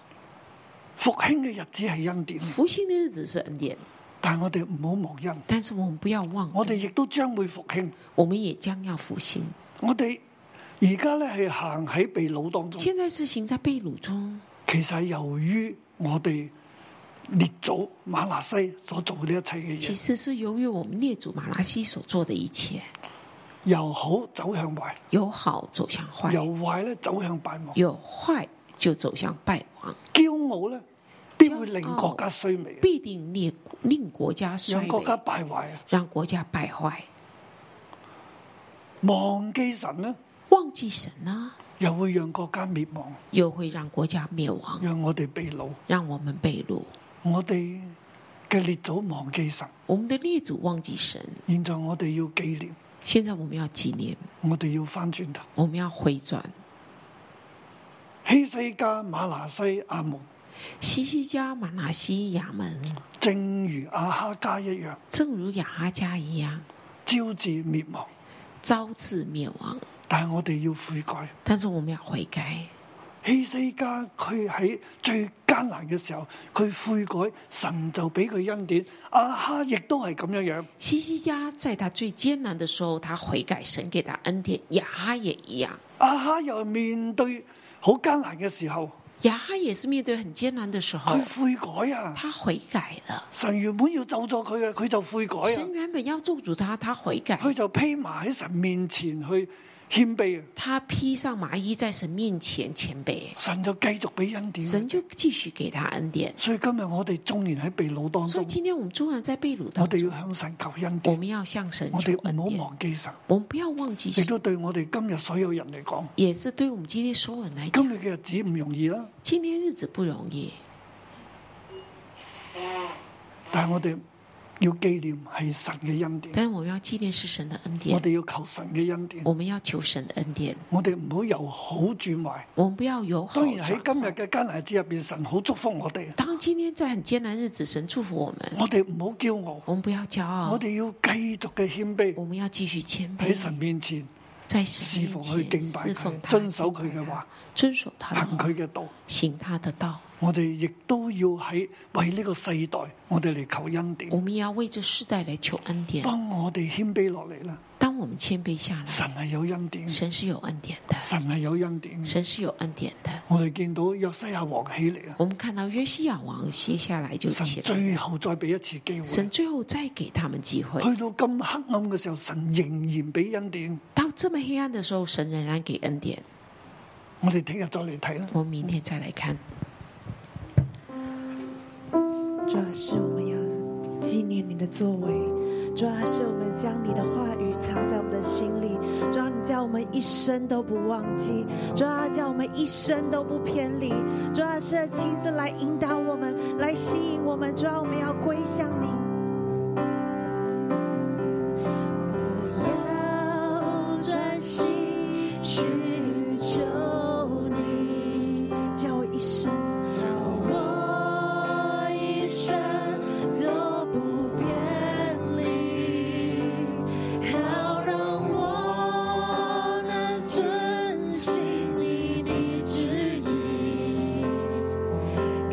復興嘅日子係恩典，
复兴的日子是恩典，
但係我哋唔好忘恩，
但是我们不要忘
我
了，
哋亦都將會復興。
我们也将要复兴。
我哋而家咧係行喺被掳當中，
现在是行在被掳中，
其實係由於我哋列祖馬拿西所做呢一切嘅
其
嘢，
实是由于我们列祖马拉西所做的一切，
由好走向壞，
由好走向坏，
由壞咧走向敗亡，
有坏就走向败亡，
驕傲咧必會令國家衰微，啊
哦必定令令国家衰
讓國
微，
家敗壞啊！
让国家败坏。
忘記神咧，
忘记神呢，
又會讓國家滅亡，
又会让国家灭亡，
讓我哋被掳。
让我们被掳。
我哋嘅列祖忘記神，
我们的列祖忘记神，
現在我哋要紀念，
现在我们要纪念，
我哋要翻轉頭。
我们要回转。
希西家、馬拿西、阿蒙，
西西家、马拿西、亚门，
正如阿哈家一樣，
正如雅哈家一样，
招致滅亡。
招致灭亡。
但係我哋要悔改。
但是我们要悔改。
希西家佢喺最艱難嘅時候，佢悔改，神就俾佢恩典。阿哈亦都係咁樣樣。
西西家在他最艰难的时候，他悔改，神给他恩典。雅哈也一样，
阿哈又面對好艱難嘅時候，
雅哈也是面对很艰难的时候
佢，悔改啊！
他悔改了。
神原本要咒咗佢嘅，佢就悔改啊
神！原本要咒诅他，他悔改，
佢就披埋喺神面前去謙卑啊！
他披上麻衣，在神面前谦卑，
神就繼續俾恩典。
神就继续给他恩典。
所以今日我哋縱然喺被擄當
所以
中，
今天我们纵然在被掳
我
当
哋要
中，
向神求恩
我
典。
们要向神
我
求
哋
恩
唔好
典。
忘記神，
我们不要忘记
亦
神，
都對我哋今日所有人嚟講，
也是对我们今天所有人来
今
讲，
日嘅日子唔容易啦。
今天日子不容易，
但係我哋要紀念係神嘅恩典，
但是我们要纪念是神的恩
嗯我
典，
哋要求神嘅恩典。
我们要求神的恩典，
我哋唔好由好轉壞。
我们不要有好
當然
转
喺今日
坏
嘅艱難日子入邊，神好祝福我哋。
当今天在很艰难日子，神祝福我们，
我哋唔好驕傲，
我们不要骄傲
我，哋要繼續嘅謙卑
我们要继续谦
喺神
卑，
面前，
在
侍
神
奉
面
去
前
敬拜佢
侍奉他，
遵守
敬拜
佢嘅話
他，遵守他
行
的道，
佢嘅道。
行他的道。
我哋亦都要喺為呢個世代，我哋嚟求恩典
我。们也要为这世代来求恩典。
當我哋謙卑落嚟啦，
当我们谦卑下来，
神係有恩典，
神是有恩典的，
神係有恩典。
神是有恩典的。
我哋見到約西亞王起嚟啦，啊
我们看到约西亚王歇下来就起
神
来，
最後再俾一次機會。
神最后再给他们机会。
去到咁黑暗嘅時候，神仍然俾恩典。
到这么黑暗的时候，神仍然给恩典。
我哋聽日再嚟睇啦。
我们明天再来看。
主要是我们要纪念你的作为，主要是我们将你的话语藏在我们的心里，主啊要你叫我们一生都不忘记，主要叫我们一生都不偏离，主要是亲自来引导我们，来吸引我们，主啊要我们要归向你。我要专心寻求你，叫我一生。我一生都不偏离，好让我能遵行你的旨意，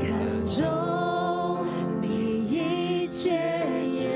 看重你一切
啊啊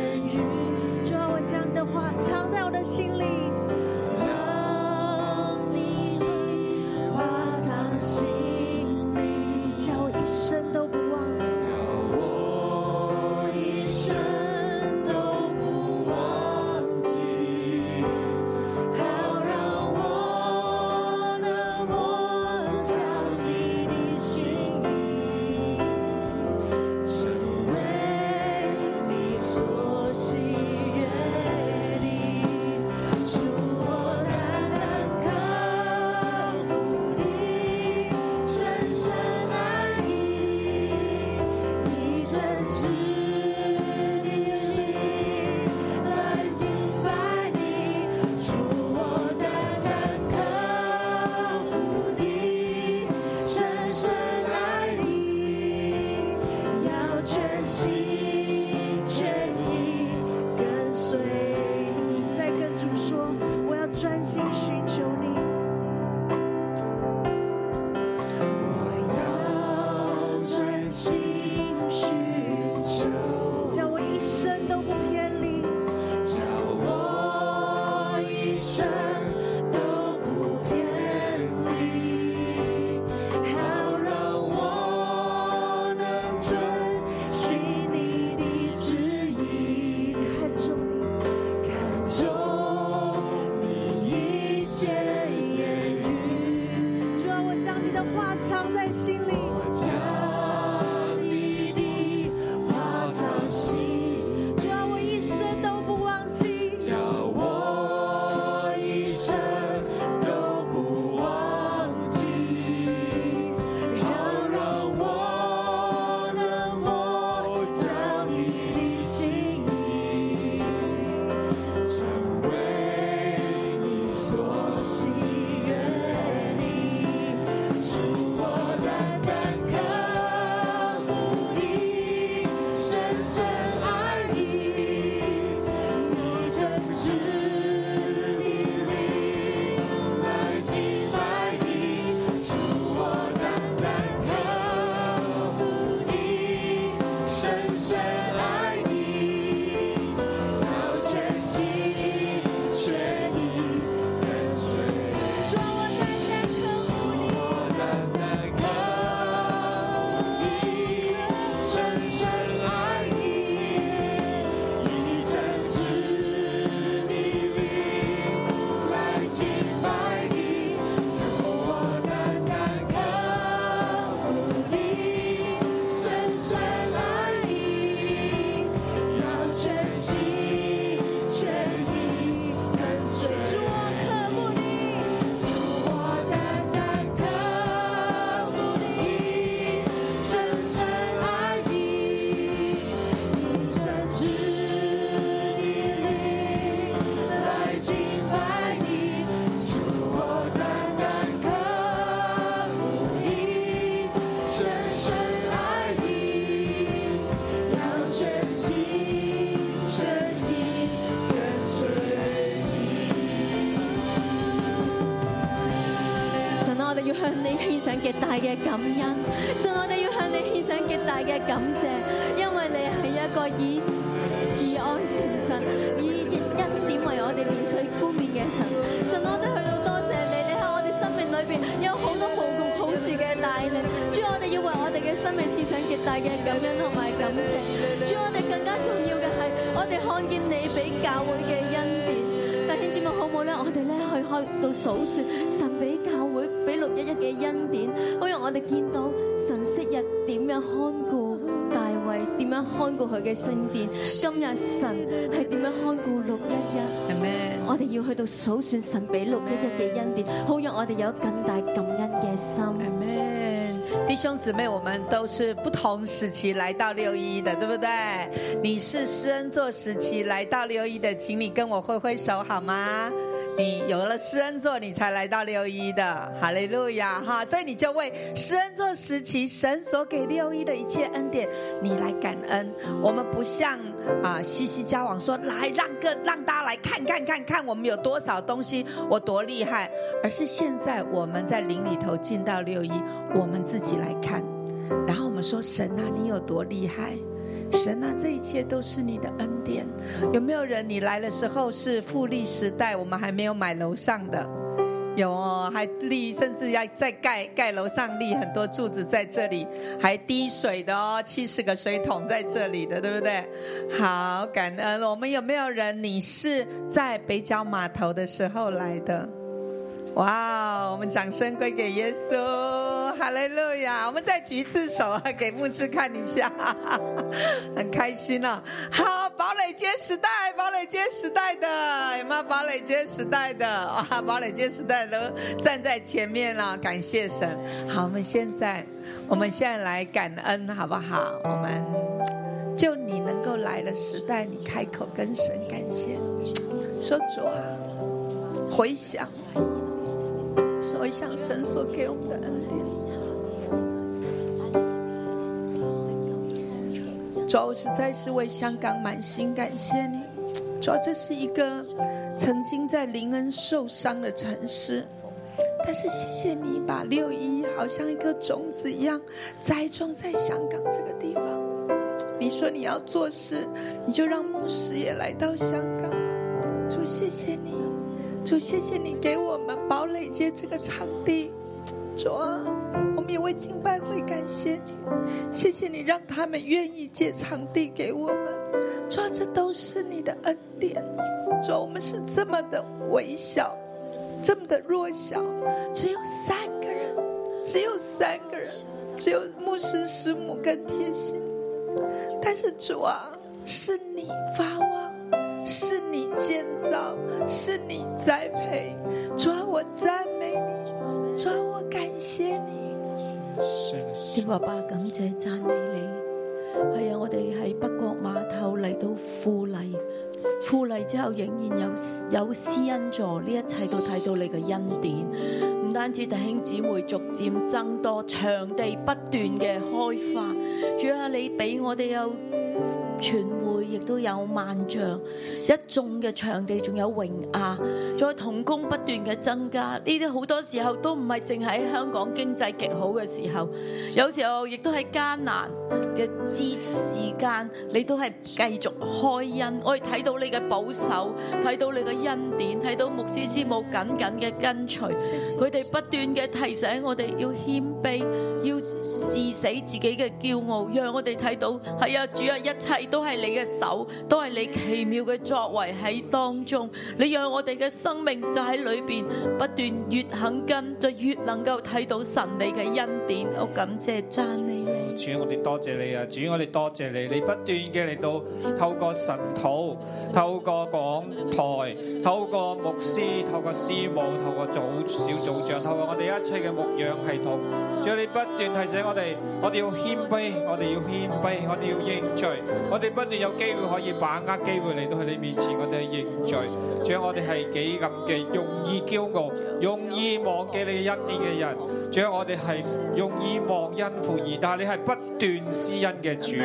嘅感恩。神，我哋要向你獻上極大嘅感謝，因為你係一個以慈愛誠神、以恩典為我哋連水冠冕嘅神。神，我哋去到多謝你，你喺我哋生命裏邊有好多無窮好事嘅帶領。主，我哋要為我哋嘅生命獻上極大嘅感恩同埋感謝。主，我哋更加重要嘅係，我哋看見你俾教會嘅恩典。弟兄姊妹好唔好咧？我哋咧去開到數算神俾教會俾六一一嘅恩典，好讓我哋見到神昔日點樣看顧大衛，點樣看顧佢嘅聖殿。今日神係點樣看顧六一一？
Amen。
我哋要去到數算神俾六一一嘅恩典，好讓我哋有更大感恩嘅心。
Amen。弟兄姊妹，我们都是不同时期来到六一一的，对不对？你是施恩座时期来到六一的，请你跟我挥挥手好吗？你有了施恩座，你才来到六一的，哈利路亚哈！所以你就为施恩座时期神所给六一的一切恩典，你来感恩。我们不像啊西西交往说来让个让大家来看看看看我们有多少东西，我多厉害，而是现在我们在林里头进到六一，我们自己来看，然后我们说神啊，你有多厉害。神啊，这一切都是你的恩典。有没有人你来的时候是复利时代，我们还没有买楼上的？有哦，还立，甚至要再盖盖楼上立很多柱子在这里，还滴水的哦，七十个水桶在这里的，对不对？好，感恩。我们有没有人你是在北角码头的时候来的？哇！我们掌声归给耶稣，哈利路亚！我们再举一次手 啊，给牧师看一下，很开心哦。好，堡垒街时代，堡垒街时代的有没有堡垒街时代的？哇，堡垒街时代都站在前面了，感谢神。好，我们现在，我们现在来感恩好不好？我们就你能够来的时代，你开口跟神感谢，说主啊，回想。所以向神所给我们的恩典。主啊，我实在是为香港满心感谢你。主啊，这是一个曾经在林恩受伤的城市，但是谢谢你把六一好像一颗种子一样栽种在香港这个地方。你说你要做事，你就让牧师也来到香港。主，谢谢你。主，谢谢你给我们堡垒街这个场地，主啊，我们也为敬拜会感谢你，谢谢你让他们愿意借场地给我们，主啊，这都是你的恩典，主啊，我们是这么的微小，这么的弱小，只有三个人，只有三个人，只有牧师、师母跟贴心，但是主啊，是你发旺。是你建造，是你栽培。主啊，我赞美你，主啊，我感谢你。
天爸爸，感謝讚美你，係啊！我哋喺北角碼頭嚟到富麗，富麗之後仍然有有施恩座，呢一切都睇到你嘅恩典。唔單止弟兄姊妹逐漸增多，場地不斷嘅開發，主啊，你俾我哋有傳媒，亦都有萬象，一眾嘅場地，仲有榮亞，再同工不斷嘅增加。呢啲好多時候都唔係淨喺香港經濟極好嘅時候，有時候亦都喺艱難嘅之時間，你都係繼續開恩。我哋睇到你嘅保守，睇到你嘅恩典，睇到牧師師母緊緊嘅跟隨。佢哋不斷嘅提醒我哋要謙卑，要治死自己嘅驕傲，讓我哋睇到係啊，主啊，一切都係你嘅手，都係你奇妙嘅作為喺當中。你讓我哋嘅生命就喺裏邊不斷越肯跟，就越能夠睇到神你嘅恩典。我感謝讚你。
主，我哋多謝你啊！主，我哋多謝你，你不斷嘅嚟到透過神土、透過講台、透過牧師、透過師母、透過組小組長、透過我哋一切嘅牧養系統，主，你不斷提醒我哋，我哋要謙卑，我哋要謙卑，我哋要認罪，我哋不斷有機會可以把握機會嚟到佢哋面前，我哋去認罪。主，我哋係幾咁嘅容易驕傲、容易忘記你嘅恩典嘅人。主啊，我哋係容易忘恩負義，但係你係不斷施恩嘅主。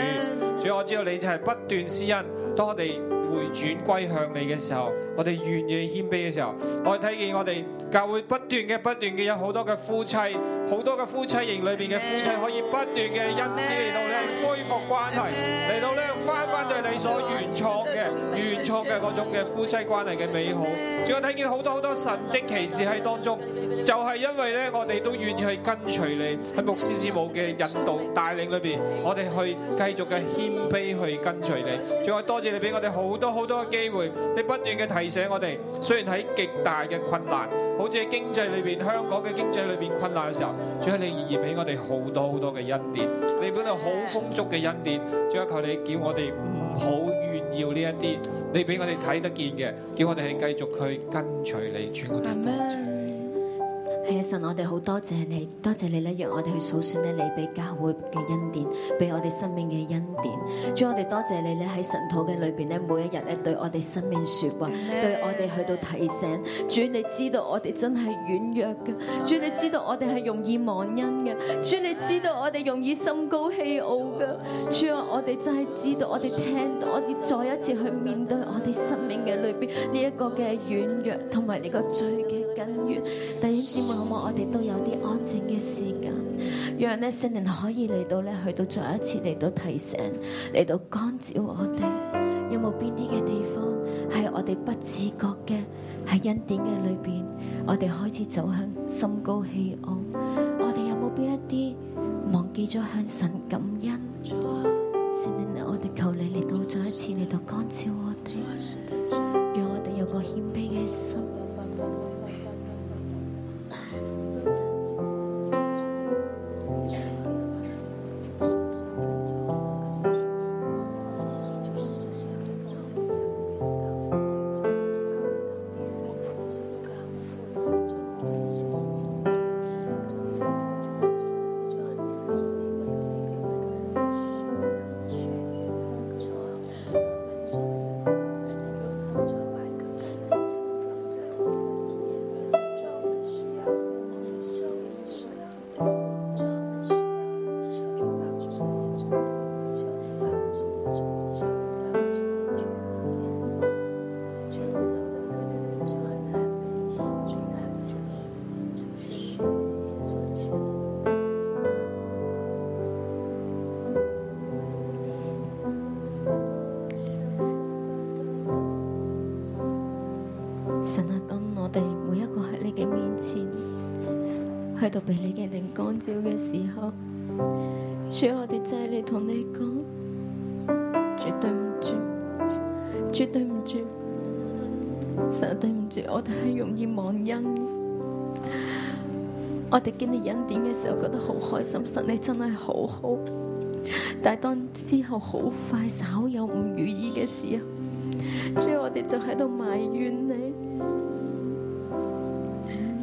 主啊，我知道你就係不斷施恩。當我哋回回轉歸向你嘅時候，我哋願意謙卑嘅時候，我哋睇見我哋教會不斷嘅、不斷嘅有好多嘅夫妻，好多嘅夫妻營裏邊嘅夫妻可以不斷嘅因此嚟到咧恢復關係，嚟到咧翻翻到你所原創嘅、原創嘅嗰種嘅夫妻關係嘅美好。仲有睇見好多好多神蹟奇事喺當中，就係因為咧我哋都願意去跟隨你喺牧師事務嘅引導帶領裏邊，我哋去繼續嘅謙卑去跟隨你。仲有多謝你俾我哋好多好多嘅機會，你不斷嘅提醒我哋，雖然喺極大嘅困難，好似喺經濟裏邊、香港嘅經濟裏邊困難嘅時候，仲有你仍然俾我哋好多好多嘅恩典，你本來好豐足嘅恩典，仲有求你叫我哋唔好炫耀呢一啲，你俾我哋睇得見嘅，叫我哋係繼續去跟隨你，主我哋多謝你。
系啊，神，我哋好多謝你，多謝你咧，讓我哋去數算咧你俾教會嘅恩典，俾我哋生命嘅恩典。主，我哋多謝你咧喺神土嘅裏邊咧，每一日咧對我哋生命说話，對我哋去到提醒。主，你知道我哋真係軟弱嘅，主，你知道我哋係容易忘恩嘅，主，你知道我哋容易心高氣傲嘅。主啊，我哋真係知道，我哋聽到，我哋再一次去面對我哋生命嘅裏邊呢一個嘅軟弱，同埋你個罪嘅根源。弟兄姊妹，好唔好？我哋都有啲安靜嘅時間，讓咧聖靈可以嚟到咧，去到再一次嚟到提醒，嚟到光照我哋，有冇邊啲嘅地方係我哋不自覺嘅喺恩典嘅裏邊，我哋開始走向心高氣傲，我哋有冇邊一啲忘記咗向神感恩？聖靈，我哋求你嚟到再一次嚟到光照我哋，讓我哋有個謙卑嘅心。神啊，當我哋每一個喺你嘅面前，去到俾你嘅靈光照嘅時候，主我哋真係嚟同你講，絕對唔住，絕對唔住，神啊，對唔住，我哋係容易忘恩嘅。我哋經歷恩典嘅時候，覺得好開心，神你真係好好。但係當之後好快稍有唔如意嘅時候，主我哋就喺度埋怨你。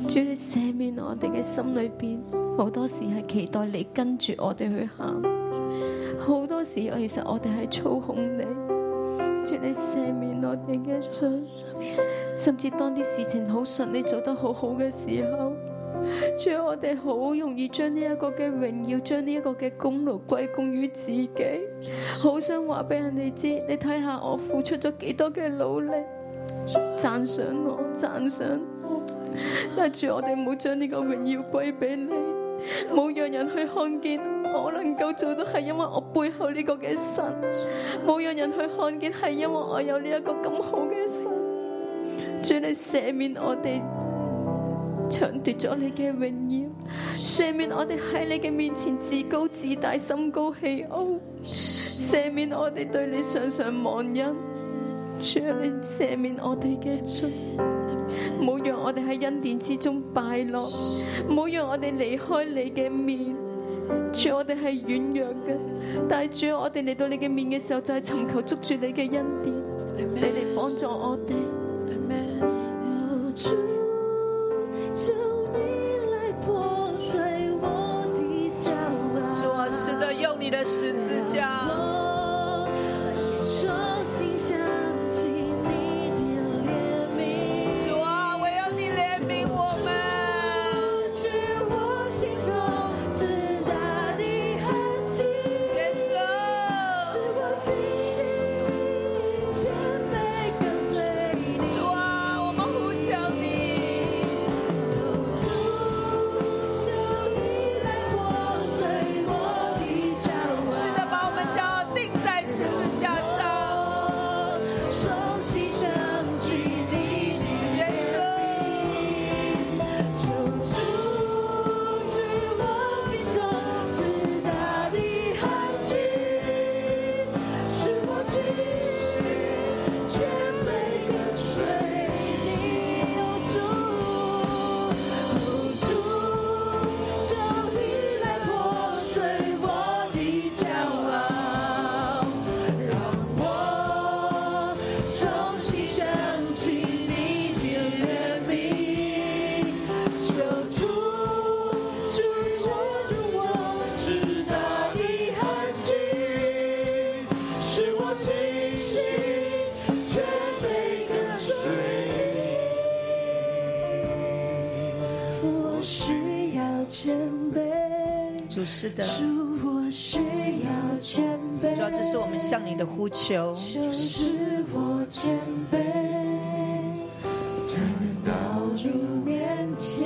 主你赦免我哋嘅心裏边，好多時係期待你跟住我哋去行，好多時其實我哋係操控你。主你赦免我哋嘅罪，甚至當啲事情好順利做得好好嘅時候，主我哋好容易將呢一個嘅榮耀，將呢一個嘅功勞歸功於自己。好想話俾人哋知，你睇下我付出咗幾多嘅努力，讚賞我，讚賞我。但住我哋冇將呢個榮耀歸俾你，冇讓人去看見我能夠做到係因為我背後呢個嘅神，冇讓人去看見係因為我有呢一個咁好嘅神。主你赦免我哋，搶奪咗你嘅榮耀，赦免我哋喺你嘅面前自高自大、心高氣傲。赦免我哋對你常常忘恩，主啊，你赦免我哋嘅罪，唔好讓我哋喺恩典之中敗落，唔好讓我哋離開你嘅面。主，我哋係軟弱嘅，但係主啊，我哋嚟到你嘅面嘅時候，就係、尋求捉住你嘅恩典，你嚟幫助我哋。
主，求你来破碎我的骄傲，
主啊，是的，用你的十字架。
我重新想起你的怜悯，
主啊，唯有你怜悯我们。
是我心中自大的痕迹，
耶
使
稣，
我清醒谦卑。啊
是的，
主，我需要谦卑
主，啊要这是我们向你的呼求。
就是我谦卑，才能到主面前。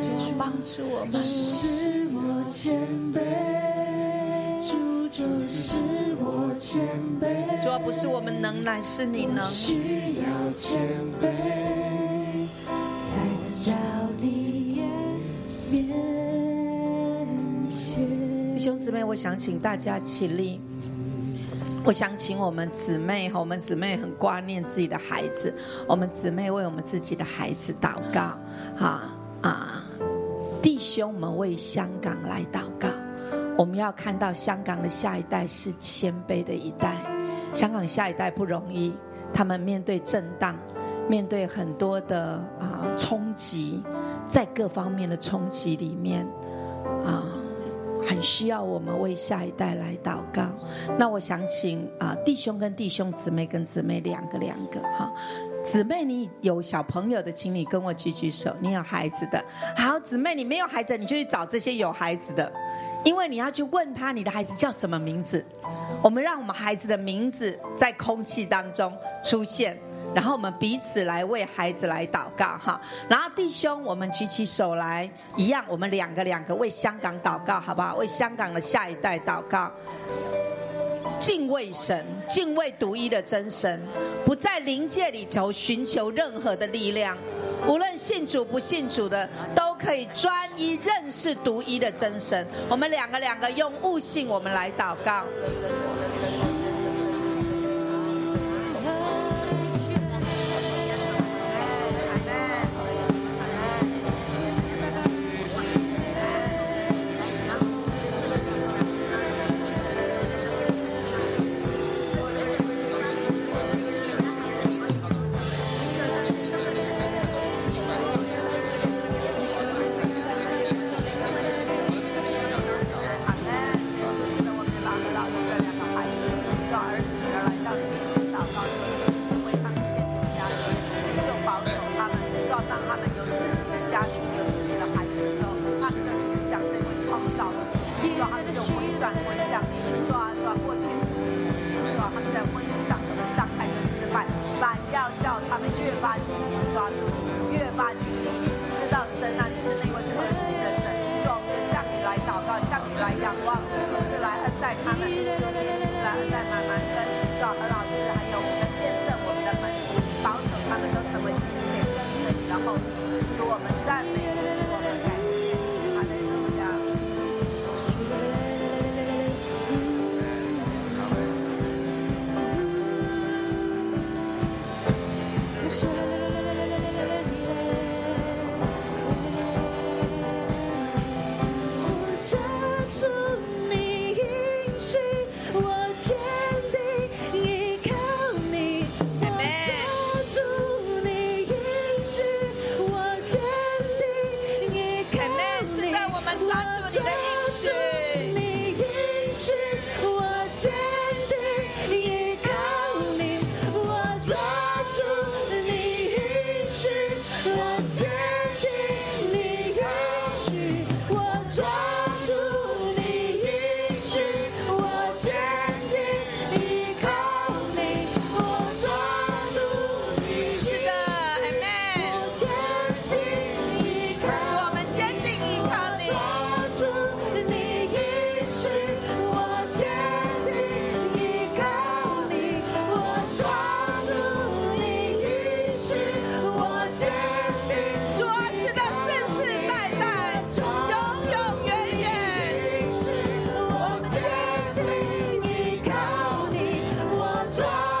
主帮助啊我们，
是我谦卑，主就是我谦卑。
主要啊不是我们能，乃是你能。
需要谦卑，才能到你眼面前
弟。兄姊妹，我想请大家起立。我想请我们姊妹哈，我们姊妹很挂念自己的孩子，我们姊妹为我们自己的孩子祷告，啊啊！弟兄们为香港来祷告，我们要看到香港的下一代是谦卑的一代。香港下一代不容易，他们面对震荡，面对很多的啊、冲击，在各方面的冲击里面啊。很需要我们为下一代来祷告。那我想请啊，弟兄跟弟兄，姊妹跟姊妹，两个两个哈。姊妹，你有小朋友的，请你跟我举举手。你有孩子的，好，姊妹，你没有孩子，你就去找这些有孩子的，因为你要去问他你的孩子叫什么名字。我们让我们孩子的名字在空气当中出现。然后我们彼此来为孩子来祷告哈。然后弟兄，我们举起手来，一样，我们两个两个为香港祷告，好不好？为香港的下一代祷告。敬畏神，敬畏独一的真神，不在灵界里头寻求任何的力量。无论信主不信主的，都可以专一认识独一的真神。我们两个两个用悟性，我们来祷告。
我抓住你音讯，我坚定，依靠啊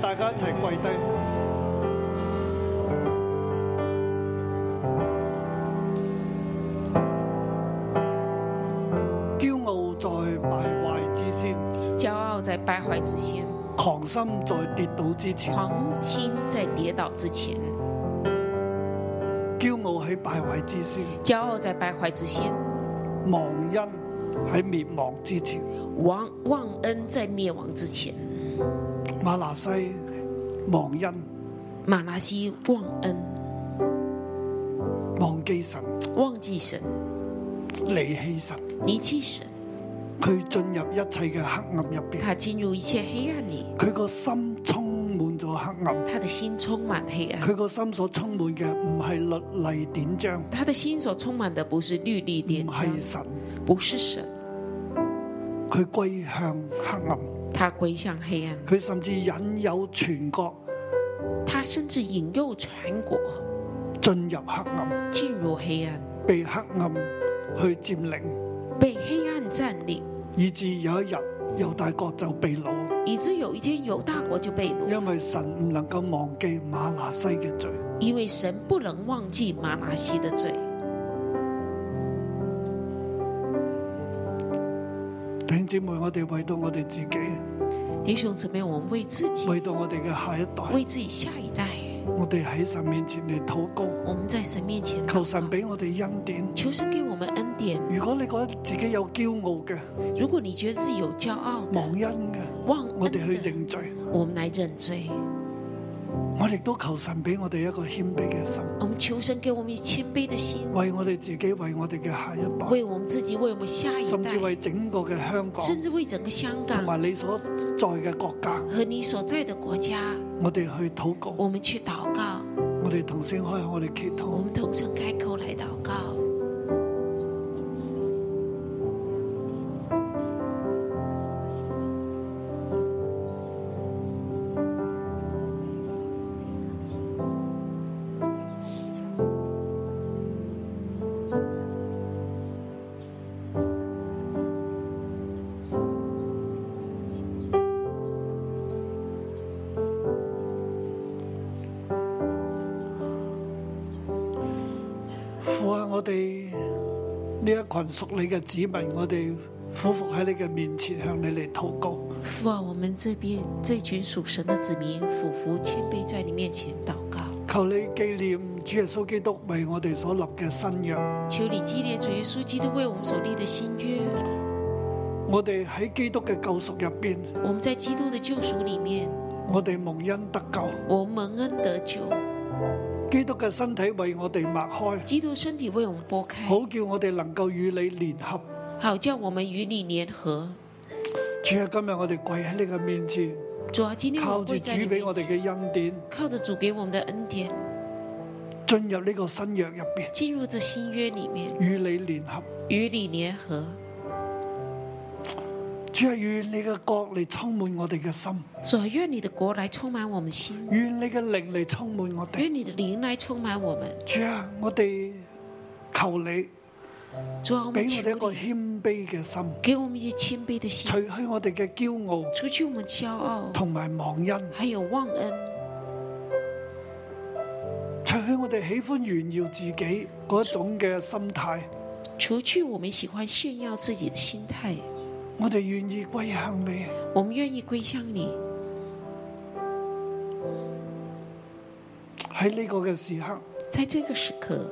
大家一齊跪低。驕傲在敗壞之先，
骄傲在败坏之先，
狂心在跌倒之前，
狂心在跌倒之前，
驕傲喺敗壞之先，
骄傲在败坏之先，
忘恩喺滅亡之前。
忘忘恩在灭亡之前。
馬拿西忘恩，
马拉西忘恩，
忘記神，
忘记神，
離棄神，
离弃神，
佢進入一切嘅黑暗入邊，
他进入一切黑暗里，
佢個心充滿咗黑暗。
他的心充满黑暗。
佢個心所充滿嘅唔係律例典章，
他的心所充满的不是律例典
唔
章
係，嗯神，
不是神，
佢歸向黑暗，
他归向黑暗，
佢甚至引誘全國
他甚至引诱全国
進入黑暗，
进入黑暗，
被黑暗去佔領，
被黑暗占领，
以至有一日猶大國就被掳，
以致有一天犹大国就被掳，
因為神唔能夠忘記馬拿西嘅罪。
因为神不能忘记马拿西的罪。
弟兄姊妹，我哋為到我哋自己，
弟兄姊妹，我们为自己，
為到我哋嘅下一代，
为自己下一代，
我哋喺神面前嚟禱告，
我们在神面前
求
祷
神
告
俾我哋恩典。
求神给我们恩典。
如果你覺得自己有驕傲嘅、
如果你觉得自己有骄傲的
忘恩嘅，
忘
我
恩
哋去
的，
認罪。
我们来认罪。
我亦都求神俾我哋一個謙卑嘅心，
我们求神给我们谦卑的心，
為我哋自己、為我哋嘅下一代，
为我们自己，为我们下一
甚至
代，
為整個嘅香港
甚至为整个香
同
港
埋你所在嘅國家，
和你所在的国家，
我哋去禱告，
我们去祷告，
我哋同聲開口，我哋祈
我
禱。
们同声开口来祷告。
父啊，我哋呢一群屬你嘅子民，我哋俯伏喺你嘅面前，向你嚟禱告。
父啊，我们这边这群属神的子民，俯伏谦卑在你面前祷告，
求你紀念主耶穌基督為我哋所立嘅新約。
求你激烈主耶稣基督为我们所立的新约。
我哋喺基督嘅救贖入邊，
我们在基督的救赎里面，
我哋蒙恩得救。
我们蒙恩得救，
基督嘅身體為我哋擘開，
基督身体为我们拨开，
好叫我哋能夠與你聯合。
好叫我们与你联合。
主啊，今日我哋跪喺你嘅面前，
主啊，今天我
靠
们
住
跪在
主
你
俾我
面
哋
前，
嘅恩典，
靠着主给我们的恩典，
進入呢個新約入邊，
进入这新约里面，
與你聯合。
与你联合。
主啊，願你嘅國嚟充滿我哋嘅心，
主啊，愿你的国来充满我们心，
願你嘅靈嚟充滿我哋。
愿你的灵来充满我们。
主啊，我哋求你
主啊，我
俾
们
我哋一
求
個
你，
謙卑嘅心，
给我们一些谦卑的心，
除去我哋嘅驕傲
除去我们骄傲，
同埋忘恩。
还有忘恩，
除去我哋喜歡炫耀自己嗰種嘅心態，
除去我们喜欢炫耀自己的心态。
我哋願意歸向你。
我们愿意归向你，
喺呢個嘅時刻，
在这个时刻，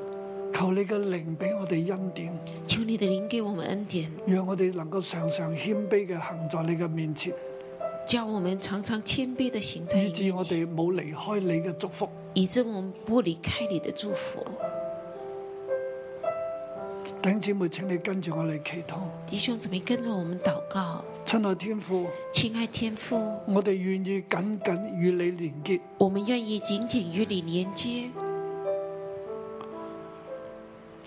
求你嘅靈俾我哋恩典，
求你的灵给我们恩典，
讓我哋能夠常常謙卑嘅行在你嘅面前，
叫我们常常谦卑的行在
以
你
致
面
我
前，
哋冇離開你嘅祝福。
以致我们不离开你的祝福。
弟兄姊妹，請你跟住我嚟祈禱。
弟兄姊妹，跟着我们祷告，
親愛天父，
亲爱天父。
我哋願意緊緊與你連結，
我们愿意紧紧与你连接，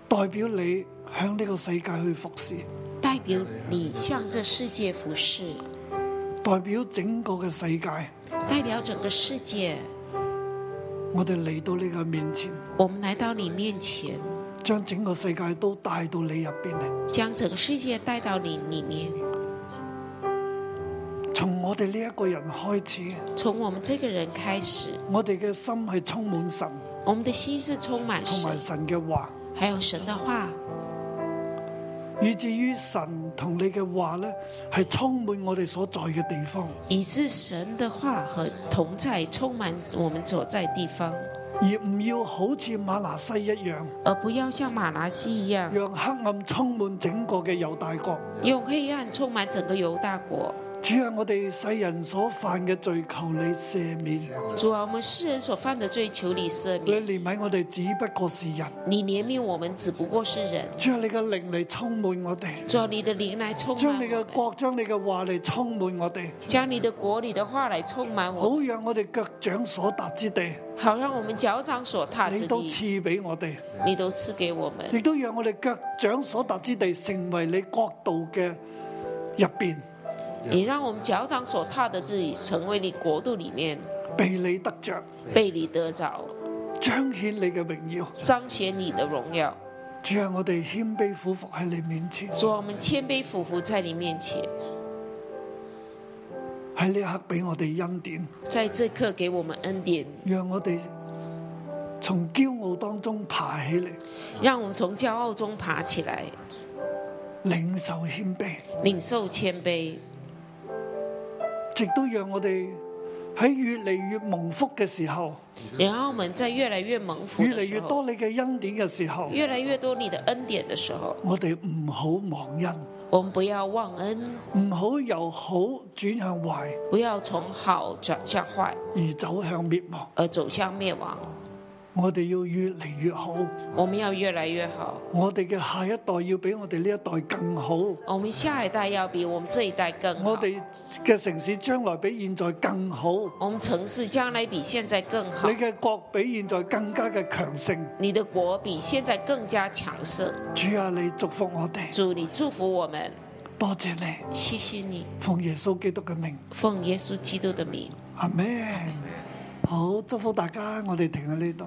代表你向呢個世界去服侍，
代表你向这世界服侍，
代表整個嘅世界。
代表整个世界。
我哋嚟到你嘅面前，
我们来到你面前，
將整個世界都帶到你入邊嚟。
将整个世界带到你里面，
从我我哋呢一個人開始，
从我们这个人开始，
我哋嘅心係充滿神
我们的心是充满
同
神，
埋神嘅話，
还有神的话，
以至於神同你嘅話呢，係充滿我哋所在嘅地方，
以致神的话和同在充满我们所在地方，
而唔要好似馬拿西一樣，
而不要像马拿西一样，
讓黑暗充滿整個嘅猶大國。
用黑暗充满整个犹大国。
主啊，我哋世人所犯嘅罪，求你赦免，
主啊，我们世人所犯的罪，求你赦
你
免。
憐憫我哋，只不過是人。
你怜悯我们，只不过是人。
主啊，你嘅靈嚟充滿我哋，
主啊，你的灵来充
將
满
你嘅
我们，
國、將你嘅話嚟充滿我哋，
将你的国里的话来充满我们，
好讓我哋腳掌所踏之地，
好让我们脚掌所踏之
你都
地，嗯
賜俾我哋。
你都赐给我们，
亦都讓我哋腳掌所踏之地成為你國度嘅入邊，
你让我们脚掌所踏的自己成为你国度里面
被你得着，
被你得着，
彰顯你嘅榮耀。
彰显你的荣耀。
主啊，我哋謙卑俯伏喺你面前，
主啊，我们谦卑俯伏在你面前，
喺呢一刻俾我哋恩典，
在这刻给我们恩典，
讓我哋從驕傲當中爬起嚟，
让我们从骄傲中爬起来，
領受謙卑，
领受谦卑，
直都讓我哋喺越嚟越蒙福嘅時候，
也让我们在越来越蒙福
越嚟
的
越
时候
多，你嘅恩典嘅時候，
越来越多你的恩典的时候，
我哋唔好忘恩，
我们不要忘恩，
唔好由好轉向壞
不要从好转向坏，
而走向滅亡。
而走向灭亡。
我哋要越嚟越好，
我们要越来越好，
我哋嘅下一代要比我哋呢一代更好，
我们下一代要比我们这一代更好。
我哋嘅城市將來比現在更好，
我们城市将来比现在更好
你，嘅國比現在更加嘅強盛。
你的国比现在更加强盛。
主啊，你祝福我哋，
主，你祝福我们，
多謝你，
谢谢你，
奉耶穌基督嘅名，
奉耶稣基督的名。
阿咩？好，祝福大家，我哋停喺呢度。